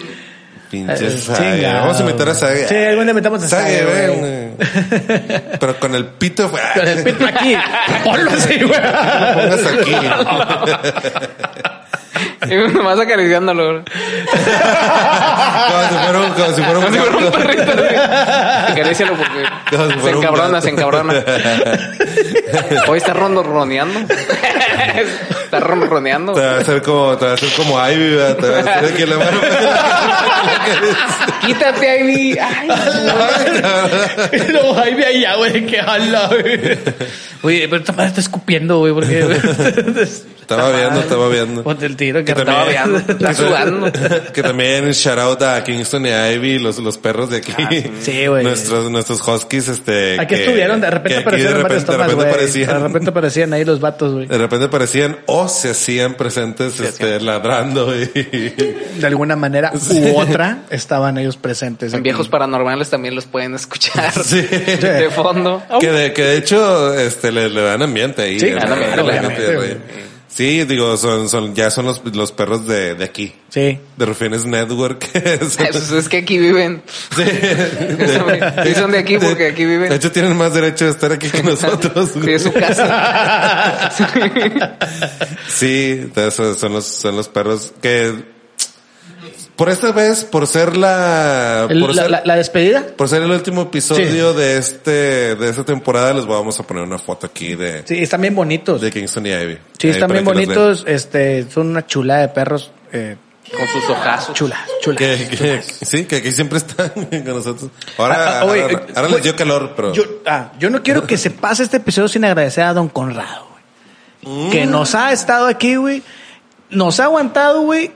Speaker 3: Pinche
Speaker 2: Eh,
Speaker 3: Sague.
Speaker 2: chingado.
Speaker 3: Vamos a invitar a Sague.
Speaker 2: Sí, algún día invitamos a
Speaker 3: Sague,
Speaker 2: Sague,
Speaker 3: ven,
Speaker 2: güey.
Speaker 3: güey. Pero con el pito, güey.
Speaker 2: Con el pito aquí. Ponlo así, güey.
Speaker 3: Pongas aquí.
Speaker 1: Y nomás acariciándolo.
Speaker 3: Como si fuera un, como si fuera un,
Speaker 1: Como si fuera un perrito. así. Acarícialo porque
Speaker 3: Como si fuera
Speaker 1: se
Speaker 3: un
Speaker 1: encabrona,
Speaker 3: gato.
Speaker 1: se encabrona. Hoy está rondorroneando. está rondorroneando.
Speaker 3: Te va a hacer como, te va a hacer como Ivy, ¿verdad? te va a hacer aquí la mano.
Speaker 1: Quítate, Ivy. Ay,
Speaker 2: Y luego ahí ve allá, güey, que jala, güey. Oye, pero esta madre está escupiendo, güey, porque
Speaker 3: Estaba viendo, estaba viendo.
Speaker 2: ponte el tiro que
Speaker 3: Que
Speaker 2: estaba
Speaker 1: estaba
Speaker 3: también-
Speaker 1: viando. Está sudando.
Speaker 3: Que también shout out a Kingston y a Ivy, los, los perros de
Speaker 1: Ah,
Speaker 3: aquí.
Speaker 2: Sí, güey.
Speaker 3: Nuestros, nuestros huskies, este.
Speaker 2: Aquí
Speaker 3: que-
Speaker 2: estuvieron, de
Speaker 3: que
Speaker 2: repente
Speaker 3: aquí
Speaker 2: aparecieron
Speaker 3: de
Speaker 2: varios
Speaker 3: repente, de
Speaker 2: tomas,
Speaker 3: repente
Speaker 2: güey.
Speaker 3: aparecían. Eh.
Speaker 2: De repente aparecían ahí los vatos, güey.
Speaker 3: De repente aparecían o se hacían presentes este, ladrando y...
Speaker 2: De alguna manera u otra estaban ellos presentes.
Speaker 1: En
Speaker 2: aquí.
Speaker 1: viejos paranormales también los pueden escuchar
Speaker 3: Sí.
Speaker 1: de fondo.
Speaker 2: Oh.
Speaker 3: que, de, que de hecho este, le, le dan ambiente ahí.
Speaker 2: Sí,
Speaker 3: le
Speaker 1: claro,
Speaker 3: dan
Speaker 1: claro,
Speaker 3: ambiente,
Speaker 2: obviamente,
Speaker 3: güey. Sí, digo, son, son, ya son los, los perros de, de aquí.
Speaker 2: Sí.
Speaker 3: De Rufines Network.
Speaker 1: Pues es que aquí viven. Sí, son de aquí porque aquí viven.
Speaker 3: De hecho, tienen más derecho de estar aquí que nosotros.
Speaker 1: Sí,
Speaker 3: güey.
Speaker 1: es su casa. Sí.
Speaker 3: Sí, entonces son- son los, son los perros que... Por esta vez, por ser la...
Speaker 2: El-
Speaker 3: por
Speaker 2: la,
Speaker 3: ser-
Speaker 2: la- la despedida.
Speaker 3: Por ser el último episodio de este de esta temporada, les vamos a poner una foto aquí de,
Speaker 2: Sí, están bien bonitos.
Speaker 3: de Kingston y Ivy.
Speaker 2: Sí,
Speaker 3: Ahí
Speaker 2: están
Speaker 3: para
Speaker 2: bien
Speaker 3: que los vean.
Speaker 2: bonitos. Este, son una chula de perros. Eh,
Speaker 1: Con sus ojazos.
Speaker 2: chula, chula.
Speaker 3: Que, que- sí, que aquí siempre están con nosotros.
Speaker 2: Ah,
Speaker 3: Ahora,
Speaker 2: ah, oye,
Speaker 3: ahora,
Speaker 2: eh,
Speaker 3: ahora
Speaker 2: güey,
Speaker 3: les dio calor, pero
Speaker 2: Yo, ah, yo no quiero que se pase este episodio sin agradecer a Don Conrado,
Speaker 3: Mm.
Speaker 2: güey. Que nos ha estado aquí, güey. Nos ha aguantado, güey,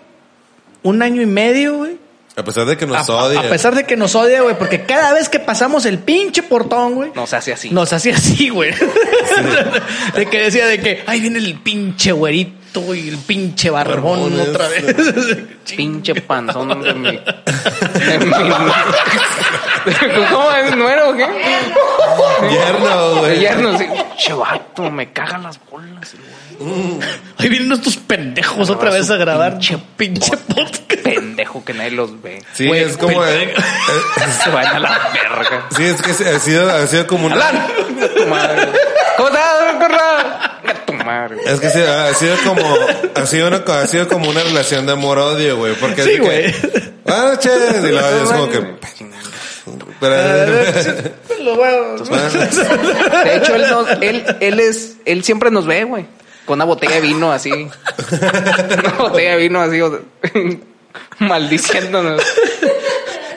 Speaker 2: un año y medio, güey.
Speaker 3: a pesar de que
Speaker 2: A,
Speaker 3: nos
Speaker 2: a
Speaker 3: odia,
Speaker 2: pesar de que nos odia, güey, porque cada vez que pasamos el pinche portón, güey,
Speaker 1: Nos hace así.
Speaker 2: nos hacía así, güey. de que decía de que, ay, viene el pinche güerito y el pinche barbón
Speaker 3: Barbón, este.
Speaker 2: otra vez.
Speaker 3: eso.
Speaker 1: Pinche panzón de mi. de mi- ¿Cómo es? ¿Nuero o qué?
Speaker 3: Yerno, güey.
Speaker 1: Ayer no sé. Che vato, me cagan las bolas. el güey.
Speaker 2: Ahí vienen estos
Speaker 3: Ah,
Speaker 2: pendejos otra vez a grabar pinche, pinche podcast.
Speaker 1: Pendejo que nadie los ve.
Speaker 3: Sí,
Speaker 2: Güey,
Speaker 3: es como
Speaker 2: pe-
Speaker 3: eh, eh,
Speaker 1: Se van a la verga.
Speaker 3: Sí, es que ha sido ha sido como una
Speaker 1: Tu madre. ¿Cómo estás, don Conrado? A tu madre.
Speaker 3: Es que sí, ha sido como, ha sido, una, ha sido como una relación de amor-odio, güey. Porque es
Speaker 2: Sí,
Speaker 3: de que, Buenas noches. Y luego es como que, pero,
Speaker 2: Los huevos.
Speaker 1: De hecho, él, no- él, él es, él siempre nos ve, güey. Con una botella de vino así. Una botella de vino así. o sea, Maldiciéndonos.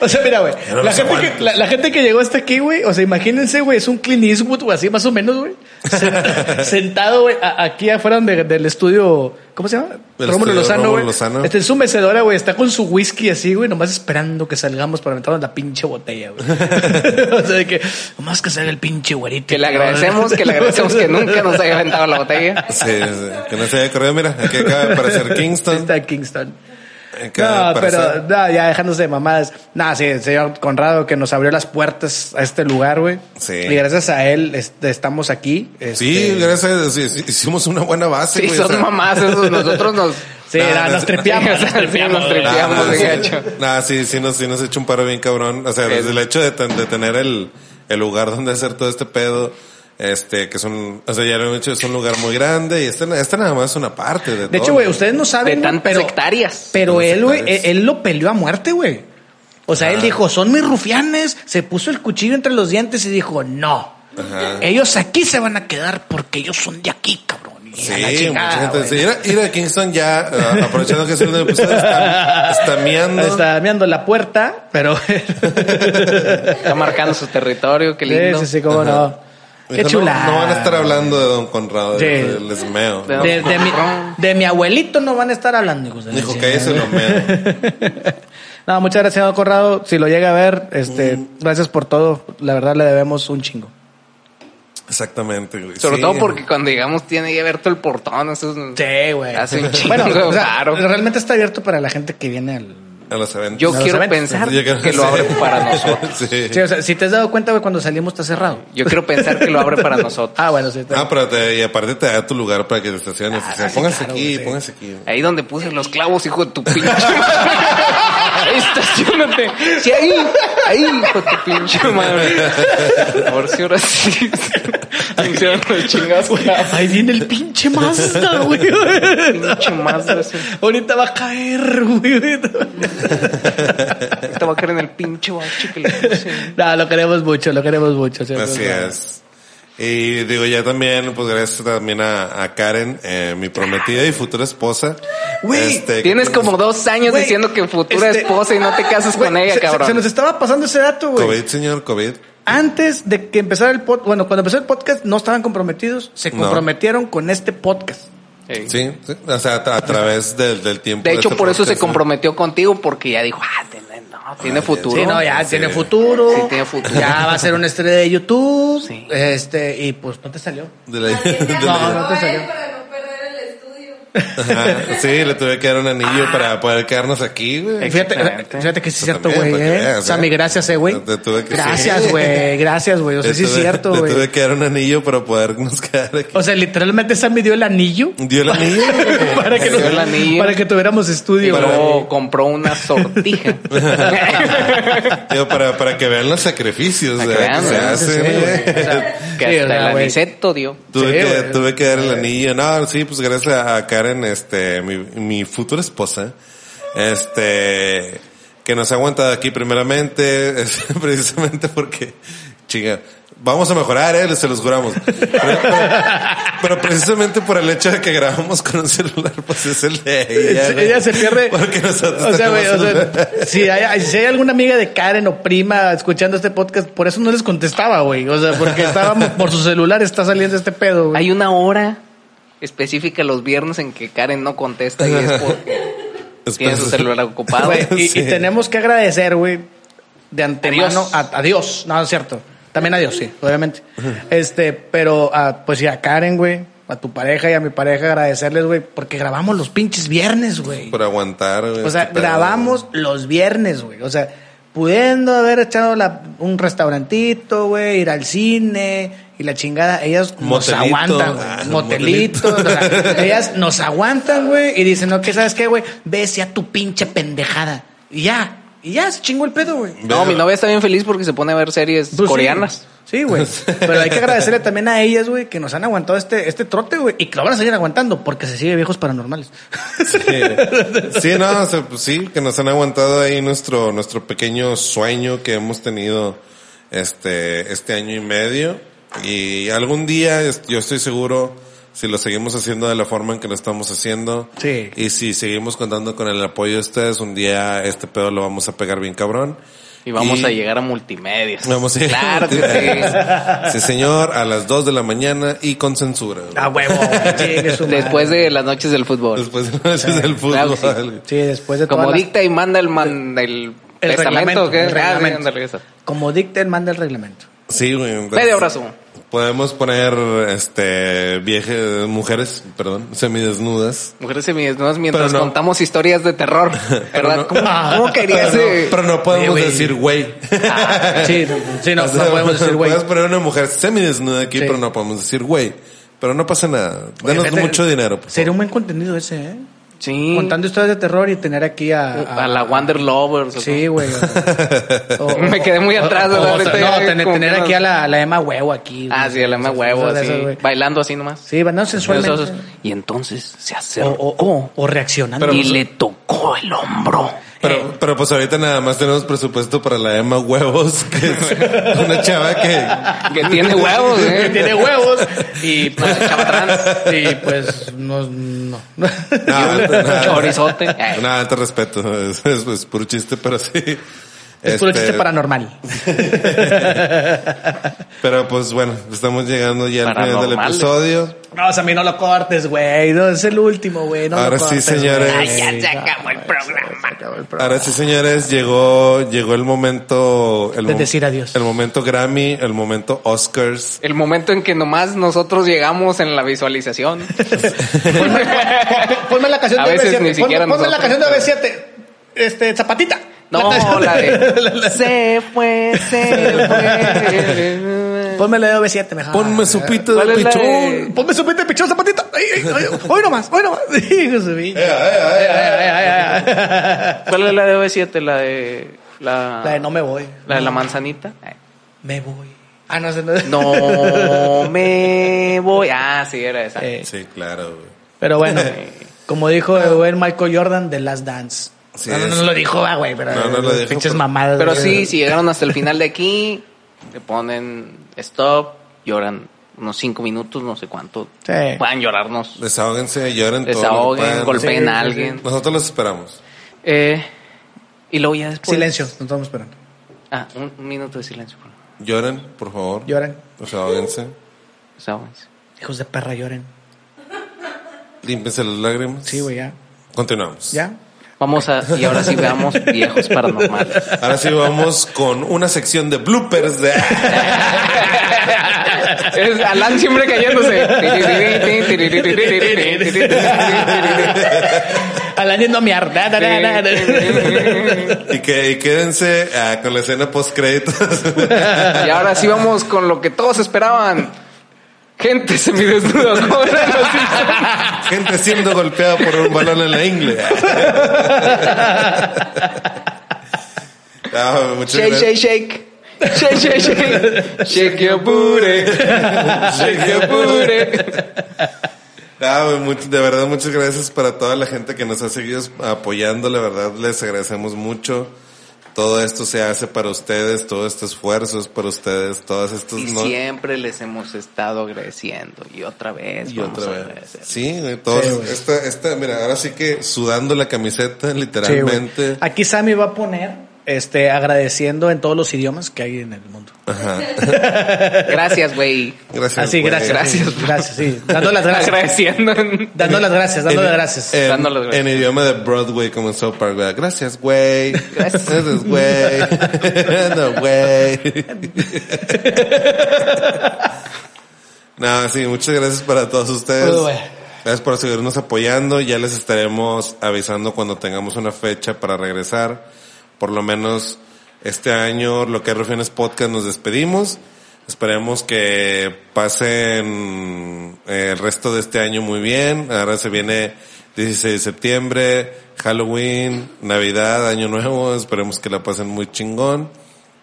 Speaker 2: O sea, mira, güey.
Speaker 3: no
Speaker 2: La,
Speaker 3: se
Speaker 2: gente
Speaker 3: aguanta.
Speaker 2: que- la- la gente que llegó hasta aquí, güey. O sea, imagínense, güey. Es un Clint Eastwood, güey, así más o menos, güey. Se- Sentado, güey, a- aquí afuera donde- del estudio. ¿Cómo se llama?
Speaker 3: El
Speaker 2: Rómulo
Speaker 3: estudio
Speaker 2: Lozano,
Speaker 3: Rómulo
Speaker 2: güey.
Speaker 3: Lozano.
Speaker 2: Está en su mecedora, güey. Está con su whisky así, güey. Nomás esperando que salgamos para aventarnos la pinche botella, güey. o sea, de que nomás que salga el pinche güerito.
Speaker 1: Que le agradecemos, que le agradecemos que nunca nos haya aventado la botella.
Speaker 3: sí, sí, que no se haya corrido, mira, aquí acaba de aparecer Kingston.
Speaker 2: Está Kingston.
Speaker 3: acaba
Speaker 2: No,
Speaker 3: de
Speaker 2: pero
Speaker 3: aparecer-
Speaker 2: no, ya dejándose de mamadas. Nada, sí, el señor Conrado que nos abrió las puertas a este lugar, güey.
Speaker 3: Sí.
Speaker 2: Y gracias a él este, estamos aquí. este-
Speaker 3: Sí, gracias, a Dios, sí, sí, hicimos una buena base,
Speaker 1: Sí,
Speaker 3: güey. o
Speaker 1: son
Speaker 3: sea,
Speaker 1: mamás esos. Nosotros nos.
Speaker 2: Sí,
Speaker 3: No,
Speaker 2: na-
Speaker 3: no,
Speaker 2: nos
Speaker 3: sí.
Speaker 2: trepeamos, nos
Speaker 1: Sí, nos
Speaker 2: trepeamos.
Speaker 3: nah,
Speaker 1: trepeamos.
Speaker 3: nah,
Speaker 1: de
Speaker 3: sí,
Speaker 1: gacho.
Speaker 3: nah, sí, sí nos, sí nos echa un paro bien cabrón. O sea, desde el hecho de, ten- de tener el, el lugar donde hacer todo este pedo, este, que es un, o sea, ya lo he dicho, es un lugar muy grande y este, este nada más es una parte de
Speaker 2: De hecho,
Speaker 3: todo,
Speaker 2: güey, ustedes no
Speaker 1: De
Speaker 2: saben, güey,
Speaker 1: tantas
Speaker 2: pero,
Speaker 1: hectáreas.
Speaker 2: pero
Speaker 3: Los
Speaker 2: él, güey, él,
Speaker 3: sectarios. Ah.
Speaker 2: él lo peleó a muerte, güey. O sea, él dijo, son mis rufianes. Se puso el cuchillo entre los dientes y dijo, no. Ellos aquí se van a quedar porque ellos son de aquí, cabrón.
Speaker 3: Sí,
Speaker 2: la chingada,
Speaker 3: mucha gente.
Speaker 2: güey.
Speaker 3: Sí, ir, a- ir a Kingston ya, eh, aprovechando que es el de episodio, está, está miando.
Speaker 2: Está mirando la puerta, pero.
Speaker 1: Está marcando su territorio, qué
Speaker 2: sí,
Speaker 1: lindo.
Speaker 2: sí, sí, cómo no. Qué
Speaker 3: Dijo, no,
Speaker 2: chulada.
Speaker 3: No, van a estar hablando de Don Conrado,
Speaker 2: Sí.
Speaker 3: de- del esmeo.
Speaker 1: De-
Speaker 2: De, de mi, de mi abuelito no van a estar hablando, hijos de la
Speaker 3: Dijo que
Speaker 2: chingada,
Speaker 3: ese
Speaker 2: güey.
Speaker 3: lo meo.
Speaker 2: No, muchas gracias, señor Corrado. Si lo llega a ver, este,
Speaker 3: Mm.
Speaker 2: gracias por todo. La verdad le debemos un chingo.
Speaker 3: Exactamente, güey.
Speaker 1: Sobre
Speaker 3: Sí.
Speaker 1: todo porque cuando llegamos tiene que abierto el portón. Eso es-
Speaker 2: Sí, güey.
Speaker 1: Hace un chingo,
Speaker 2: Bueno, o sea,
Speaker 1: claro.
Speaker 2: realmente está abierto para la gente que viene al.
Speaker 3: A los eventos.
Speaker 1: Yo
Speaker 2: Los
Speaker 1: quiero
Speaker 2: eventos.
Speaker 1: pensar
Speaker 3: Yo creo
Speaker 1: que lo
Speaker 3: sí.
Speaker 1: abre para nosotros.
Speaker 3: Sí.
Speaker 2: Sí, o sea, si te has dado cuenta, güey, cuando salimos está cerrado.
Speaker 1: Yo quiero pensar que lo abre para nosotros.
Speaker 2: Ah, bueno, sí. está-
Speaker 3: Ah, pero te- y aparte te da tu lugar para que te estaciones. o sea,
Speaker 1: Ah,
Speaker 2: sí,
Speaker 3: póngase
Speaker 2: claro,
Speaker 3: aquí,
Speaker 2: güey.
Speaker 3: póngase aquí. güey.
Speaker 1: Ahí donde puse los clavos, hijo de tu pinche. madre. Estacionate. Sí, ahí. Ahí, hijo de tu pinche madre. Por si ahora sí. Se hicieron los chingados clavos.
Speaker 2: Ahí viene el pinche Mazda, güey.
Speaker 1: Pinche Mazda, sí.
Speaker 2: Ahorita va a caer, güey.
Speaker 1: Te va a caer en el pinche bache que le puse.
Speaker 2: No, lo queremos mucho, lo queremos mucho. señor
Speaker 3: Así
Speaker 2: Corrado.
Speaker 3: es. Y digo, ya también, pues gracias también a, a Karen, eh, mi prometida y futura esposa. Este,
Speaker 2: Güey,
Speaker 3: que-
Speaker 1: Tienes como dos años
Speaker 2: Güey,
Speaker 1: diciendo que futura
Speaker 2: este-
Speaker 1: esposa y no te casas
Speaker 2: Güey,
Speaker 1: con ella,
Speaker 2: se- se-
Speaker 1: cabrón.
Speaker 2: Se, nos estaba pasando ese dato, güey.
Speaker 3: COVID, señor, COVID.
Speaker 2: Antes de que empezara el podcast, bueno, cuando empezó el podcast no estaban comprometidos, se
Speaker 3: No.
Speaker 2: comprometieron con este podcast.
Speaker 1: Sí.
Speaker 3: Sí, sí, o sea, a, tra- a través del, del tiempo.
Speaker 1: De hecho,
Speaker 3: este
Speaker 1: por eso se
Speaker 3: podcast, ¿no?
Speaker 1: comprometió contigo, porque ya dijo, ah, tiene- no, tiene
Speaker 3: Ah, ya,
Speaker 1: futuro.
Speaker 2: Sí, no, ya
Speaker 3: Sí.
Speaker 2: tiene futuro.
Speaker 1: Sí, tiene futuro.
Speaker 2: Ya va a ser una estrella de YouTube.
Speaker 1: Sí.
Speaker 2: Este, y pues no te salió.
Speaker 3: De la-
Speaker 4: Así
Speaker 3: de
Speaker 4: que
Speaker 3: la-
Speaker 2: No, no te
Speaker 4: a él
Speaker 2: salió.
Speaker 4: Para no perder el estudio.
Speaker 3: Ajá, sí, le tuve que dar un anillo
Speaker 2: Ah.
Speaker 3: para poder quedarnos aquí, güey.
Speaker 2: Fíjate,
Speaker 1: Exactamente.
Speaker 2: fíjate que sí es cierto,
Speaker 3: También,
Speaker 2: güey.
Speaker 3: para que
Speaker 2: Eh.
Speaker 3: veas,
Speaker 2: Sammy,
Speaker 3: eh.
Speaker 2: gracias, eh, güey.
Speaker 3: Te tuve que-
Speaker 2: Gracias,
Speaker 3: sí.
Speaker 2: güey. Gracias, güey. O sea,
Speaker 3: Le
Speaker 2: sí es
Speaker 3: tuve-
Speaker 2: cierto,
Speaker 3: Le
Speaker 2: güey.
Speaker 3: tuve que dar un anillo para podernos quedar aquí.
Speaker 2: O sea, literalmente Sammy dio el anillo
Speaker 3: Dio el anillo. güey.
Speaker 2: para que,
Speaker 1: dio
Speaker 2: nos-
Speaker 1: el anillo.
Speaker 2: para que tuviéramos
Speaker 1: Y
Speaker 2: estudio. güey.
Speaker 1: luego compró una sortija.
Speaker 3: Digo, para, para que vean los sacrificios
Speaker 1: Para que
Speaker 3: ¿verdad? que
Speaker 1: vean,
Speaker 3: se
Speaker 1: ¿verdad?
Speaker 3: hacen,
Speaker 2: Sí,
Speaker 3: güey.
Speaker 2: güey. O sea,
Speaker 1: que
Speaker 2: sí, o
Speaker 1: hasta
Speaker 2: sea,
Speaker 1: el
Speaker 2: güey.
Speaker 1: aniceto dio.
Speaker 3: Tuve,
Speaker 2: Sí,
Speaker 3: que,
Speaker 2: güey.
Speaker 3: tuve que dar el anillo. No, sí, pues gracias a Karen, este, mi, mi futura esposa, este, que nos ha aguantado aquí primeramente, es precisamente porque, chinga, vamos a mejorar, eh, se los juramos. Pero, pero- pero precisamente por el hecho de que grabamos con un celular, pues es el de ella.
Speaker 2: Sí,
Speaker 3: güey.
Speaker 2: ella se pierde.
Speaker 3: Porque nosotros
Speaker 2: O sea, güey, o
Speaker 3: tenemos
Speaker 2: sea,
Speaker 3: celular.
Speaker 2: si hay, si hay alguna amiga de Karen o prima escuchando este podcast, por eso no les contestaba, güey. O sea, porque estábamos por su celular, está saliendo este pedo, güey.
Speaker 1: Hay una hora específica los viernes en que Karen no contesta y es porque tiene su celular ocupado.
Speaker 2: Güey, y,
Speaker 3: Sí.
Speaker 2: y tenemos que agradecer, güey, de antemano
Speaker 1: Adiós.
Speaker 2: a, a Dios. No, es cierto. También a Dios, sí, obviamente. Este, pero a, pues sí, a Karen, güey, a tu pareja y a mi pareja agradecerles, güey, porque grabamos los pinches viernes, güey.
Speaker 3: Por aguantar. güey,
Speaker 2: O sea,
Speaker 3: este pedo.
Speaker 2: grabamos los viernes, güey. O sea, pudiendo haber echado la- un restaurantito, güey, ir al cine y la chingada. Ellas nos
Speaker 3: Motelito.
Speaker 2: aguantan, güey.
Speaker 3: Ah,
Speaker 2: motelito.
Speaker 3: motelito.
Speaker 2: o sea, ellas nos aguantan, güey, y dicen, no, que sabes qué, güey, ves ya tu pinche pendejada. Y ya, y ya, se chingó el pedo, güey.
Speaker 1: No, mi novia está bien feliz porque se pone a ver series
Speaker 2: Pues sí.
Speaker 1: Pues coreanas.
Speaker 2: Sí, güey. Pero hay que agradecerle también a ellas, güey, que nos han aguantado este, este trote, güey. Y que lo van a seguir aguantando porque se sigue viejos paranormales.
Speaker 3: Sí. Sí, no, o sea, pues sí, que nos han aguantado ahí nuestro, nuestro pequeño sueño que hemos tenido este, este año y medio. Y algún día, es- yo estoy seguro, si lo seguimos haciendo de la forma en que lo estamos haciendo,
Speaker 2: Sí.
Speaker 3: y si seguimos contando con el apoyo de ustedes, un día este pedo lo vamos a pegar bien cabrón.
Speaker 1: Y vamos
Speaker 3: Y-
Speaker 1: a llegar a multimedios.
Speaker 3: Vamos a ir-
Speaker 1: Claro que sí. Ah,
Speaker 3: Sí, señor, a las 2 de la mañana y con censura.
Speaker 2: A huevo. güey, chingue su madre.
Speaker 1: Después de las noches del fútbol.
Speaker 3: Después de las noches del
Speaker 1: Claro
Speaker 3: fútbol.
Speaker 1: que sí.
Speaker 2: Sí, después de
Speaker 1: Como
Speaker 2: todas las-
Speaker 1: dicta y manda el man del
Speaker 2: El reglamento,
Speaker 1: testamento. ¿qué?
Speaker 2: el reglamento.
Speaker 1: Ah, ándale, eso.
Speaker 2: Como dicta el manda el reglamento.
Speaker 3: Sí, güey.
Speaker 1: Medio
Speaker 3: entonces-
Speaker 1: abrazo.
Speaker 3: Podemos poner, este, vieje, mujeres, perdón, semidesnudas.
Speaker 1: Mujeres semidesnudas mientras
Speaker 3: Pero no.
Speaker 1: contamos historias de terror. ¿Verdad?
Speaker 3: no.
Speaker 1: ¿Cómo,
Speaker 2: Ah,
Speaker 1: cómo quería
Speaker 3: Pero
Speaker 1: ese?
Speaker 3: no, pero no podemos
Speaker 2: Sí, güey.
Speaker 3: decir güey.
Speaker 2: Sí, sí, no,
Speaker 3: O sea,
Speaker 2: no podemos decir, güey.
Speaker 3: Puedes poner una mujer semidesnuda aquí,
Speaker 2: Sí.
Speaker 3: pero no podemos decir güey. Pero no pasa nada. Danos
Speaker 2: Fíjate,
Speaker 3: mucho dinero. pues. por
Speaker 2: Sería
Speaker 3: favor.
Speaker 2: un buen contenido ese, ¿eh?
Speaker 1: Sí. Uh,
Speaker 2: Contando historias de terror y tener aquí a.
Speaker 1: Mm. a la Wander Lovers. o
Speaker 2: Sí, güey. o- o-
Speaker 1: Me quedé muy
Speaker 2: o-
Speaker 1: atrás,
Speaker 2: o-
Speaker 1: ¿verdad?
Speaker 2: o-
Speaker 1: Ahorita
Speaker 2: no,
Speaker 1: ya
Speaker 2: tener,
Speaker 1: como
Speaker 2: tener
Speaker 1: que no-
Speaker 2: aquí a la, la Emma Huevo aquí.
Speaker 1: Ah,
Speaker 2: güey.
Speaker 1: sí, el ama
Speaker 2: Esas
Speaker 1: huevo,
Speaker 2: cosas de
Speaker 1: así.
Speaker 2: esas, güey.
Speaker 1: bailando así nomás.
Speaker 2: Sí, bueno, sensualmente.
Speaker 1: Esos- Y entonces se
Speaker 2: O,
Speaker 1: acercó pues,
Speaker 2: o- o- o reaccionando.
Speaker 1: y le tocó el hombro.
Speaker 3: Pero, pero pues ahorita nada más tenemos presupuesto para la Emma Huevos, que es una chava que...
Speaker 1: Que tiene huevos, ¿eh?
Speaker 2: Que tiene huevos y pues chava trans. Y pues no. no. Ah,
Speaker 3: Nada, nada.
Speaker 1: Chorizote. Eh.
Speaker 3: Nada, te respeto. Es, es- es puro chiste, pero sí.
Speaker 2: Es puro
Speaker 3: Este,
Speaker 2: chiste paranormal.
Speaker 3: Pero pues bueno, estamos llegando ya al final del
Speaker 1: Paranormales.
Speaker 3: episodio.
Speaker 2: No, o sea, a mí no lo cortes, güey. No, es el último, güey. No lo
Speaker 3: Ahora sí,
Speaker 2: cortes,
Speaker 3: señores.
Speaker 2: güey.
Speaker 3: Ay,
Speaker 5: ya se acabó el programa.
Speaker 2: se acabó el programa.
Speaker 3: Ahora sí, señores, llegó, llegó el momento... El
Speaker 2: De
Speaker 3: mom-
Speaker 2: decir adiós.
Speaker 3: El momento Grammy, el momento Oscars.
Speaker 1: El momento en que nomás nosotros llegamos en la visualización.
Speaker 2: Ponme la canción
Speaker 1: A
Speaker 2: de
Speaker 1: veces
Speaker 2: B7.
Speaker 1: ni siquiera
Speaker 2: ponme, ponme la
Speaker 1: nosotros.
Speaker 2: canción de B7. Este, Zapatita.
Speaker 1: No,
Speaker 2: canción
Speaker 1: la
Speaker 2: la- la-
Speaker 1: de... Se fue, se fue.
Speaker 2: Ponme la de B7, mejor.
Speaker 3: Ponme su pito
Speaker 1: ¿Cuál
Speaker 3: de
Speaker 1: es la
Speaker 3: pichón.
Speaker 1: de-
Speaker 2: Ponme su pito de pichón, Zapatita. Ay, ay, ay, hoy nomás, hoy nomás. Hijo de su
Speaker 3: Eh, eh,
Speaker 2: vida.
Speaker 3: eh, eh.
Speaker 1: ¿Cuál es la de B7? La de... Eh. La,
Speaker 2: La de no me voy.
Speaker 1: la de la manzanita.
Speaker 2: Me voy. Ah, no, esa no. es-
Speaker 1: No me voy. Ah, sí, era esa.
Speaker 2: Eh,
Speaker 3: Sí, claro, güey.
Speaker 2: pero bueno, eh, como dijo el buen Michael Jordan de Last Dance.
Speaker 3: Sí,
Speaker 2: no, no, no
Speaker 3: es-
Speaker 2: lo dijo, ah, güey, pero.
Speaker 3: No, no lo dijo,
Speaker 2: Pinches
Speaker 3: pero-
Speaker 2: mamadas.
Speaker 1: Pero
Speaker 2: güey.
Speaker 1: sí, si llegaron hasta el final de aquí, le ponen stop, lloran unos cinco minutos, no sé cuánto.
Speaker 2: Sí.
Speaker 1: Puedan llorarnos,
Speaker 3: Desahóguense, lloren todo. lo que
Speaker 1: desahoguen,
Speaker 3: puedan.
Speaker 1: golpeen
Speaker 2: Sí,
Speaker 1: a
Speaker 2: Eh, sí,
Speaker 1: alguien.
Speaker 3: Nosotros los esperamos.
Speaker 1: Eh, y luego ya después.
Speaker 2: Silencio, nos estamos esperando.
Speaker 1: Ah, un, un minuto de silencio. por favor.
Speaker 3: Lloren, por favor.
Speaker 2: Lloren.
Speaker 3: Desahóguense.
Speaker 1: Desahóguense.
Speaker 2: Hijos de perra lloren.
Speaker 3: Límpense las lágrimas.
Speaker 2: Sí, güey, ya.
Speaker 3: Continuamos.
Speaker 2: Ya.
Speaker 1: Vamos a, y ahora sí veamos viejos paranormales.
Speaker 3: Ahora sí vamos con una sección de bloopers de...
Speaker 1: Es Alan siempre cayéndose.
Speaker 2: Alan yendo a miar. Da, da, da, da, da.
Speaker 3: y, que, y quédense ah, con la escena post créditos.
Speaker 1: Y ahora sí vamos con lo que todos esperaban. Gente semidesnuda. ¿cómo eran los Simpsons?
Speaker 3: Gente siendo golpeada por un balón en la ingle. Ah, muchas
Speaker 1: Shake, shake,
Speaker 3: gracias.
Speaker 1: shake. Shake, shake, shake. Shake your booty. Shake your booty.
Speaker 3: Ah, güey, much- de verdad, muchas gracias para toda la gente que nos ha seguido apoyando. La verdad, les agradecemos mucho. Todo esto se hace para ustedes, todo este esfuerzo es para ustedes, todas estas...
Speaker 1: Y
Speaker 3: Pues no-
Speaker 1: siempre les hemos estado agradeciendo. Y otra vez.
Speaker 3: Y otra vez.
Speaker 1: agradecer.
Speaker 3: Sí, güey, todos-
Speaker 2: Sí, güey.
Speaker 3: esta, esta, mira, ahora sí que sudando la camiseta,
Speaker 2: Sí, güey.
Speaker 3: literalmente.
Speaker 2: Aquí Sammy va a poner este agradeciendo en todos los idiomas que hay en el mundo.
Speaker 1: Gracias, güey.
Speaker 3: gracias.
Speaker 2: Así,
Speaker 3: güey.
Speaker 1: Gracias,
Speaker 2: gracias. Gracias,
Speaker 1: bro.
Speaker 2: gracias, sí. Dando las gracias.
Speaker 1: Agradeciendo. en-
Speaker 2: Dando las gracias, dando las gracias.
Speaker 3: En,
Speaker 1: Dando las gracias.
Speaker 3: en idioma de Broadway como en South Park, ¿verdad? Gracias, güey.
Speaker 1: Gracias.
Speaker 3: Gracias, güey. no, güey. no, sí, muchas gracias para todos ustedes.
Speaker 2: Muy bueno.
Speaker 3: Gracias por seguirnos apoyando. Ya les estaremos avisando cuando tengamos una fecha para regresar. Por lo menos este año, lo que es Rufiones Podcast, nos despedimos. Esperemos que pasen eh, el resto de este año muy bien. Ahora se viene 16 de septiembre, Halloween, Navidad, Año Nuevo. Esperemos que la pasen muy chingón.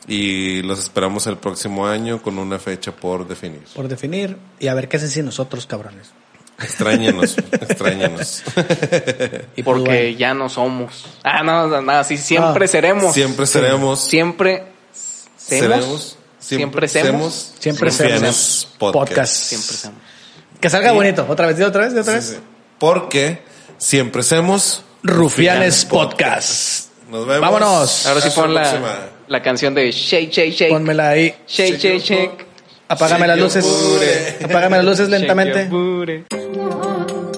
Speaker 3: Y los esperamos el próximo año con una fecha por definir.
Speaker 2: Por definir y a ver qué hacen sin nosotros, cabrones.
Speaker 3: Extrañenos, extrañenos.
Speaker 2: Y
Speaker 1: Porque
Speaker 2: pues, bueno.
Speaker 1: ya no somos. Ah, no, no, no, sí, siempre
Speaker 2: No.
Speaker 1: seremos.
Speaker 3: Siempre seremos.
Speaker 1: Siempre seremos. Siempre seremos.
Speaker 2: Siempre
Speaker 3: Confianes
Speaker 2: seremos.
Speaker 3: Podcast.
Speaker 2: Podcast.
Speaker 1: Siempre seremos.
Speaker 2: Que salga bonito. Otra vez, di otra vez, di otra vez.
Speaker 3: Porque siempre seremos.
Speaker 2: Rufianes Podcast.
Speaker 3: Nos vemos.
Speaker 2: Vámonos.
Speaker 1: Ahora sí
Speaker 3: Hasta
Speaker 1: pon
Speaker 3: la
Speaker 1: la,
Speaker 3: próxima.
Speaker 1: la canción de Shake, shake, shake.
Speaker 2: Pónmela ahí.
Speaker 1: Shake, shake, shake.
Speaker 2: Apágame las luces.
Speaker 3: Señor.
Speaker 2: Apágame las luces
Speaker 1: Shake your
Speaker 2: lentamente.
Speaker 1: booty.
Speaker 6: No,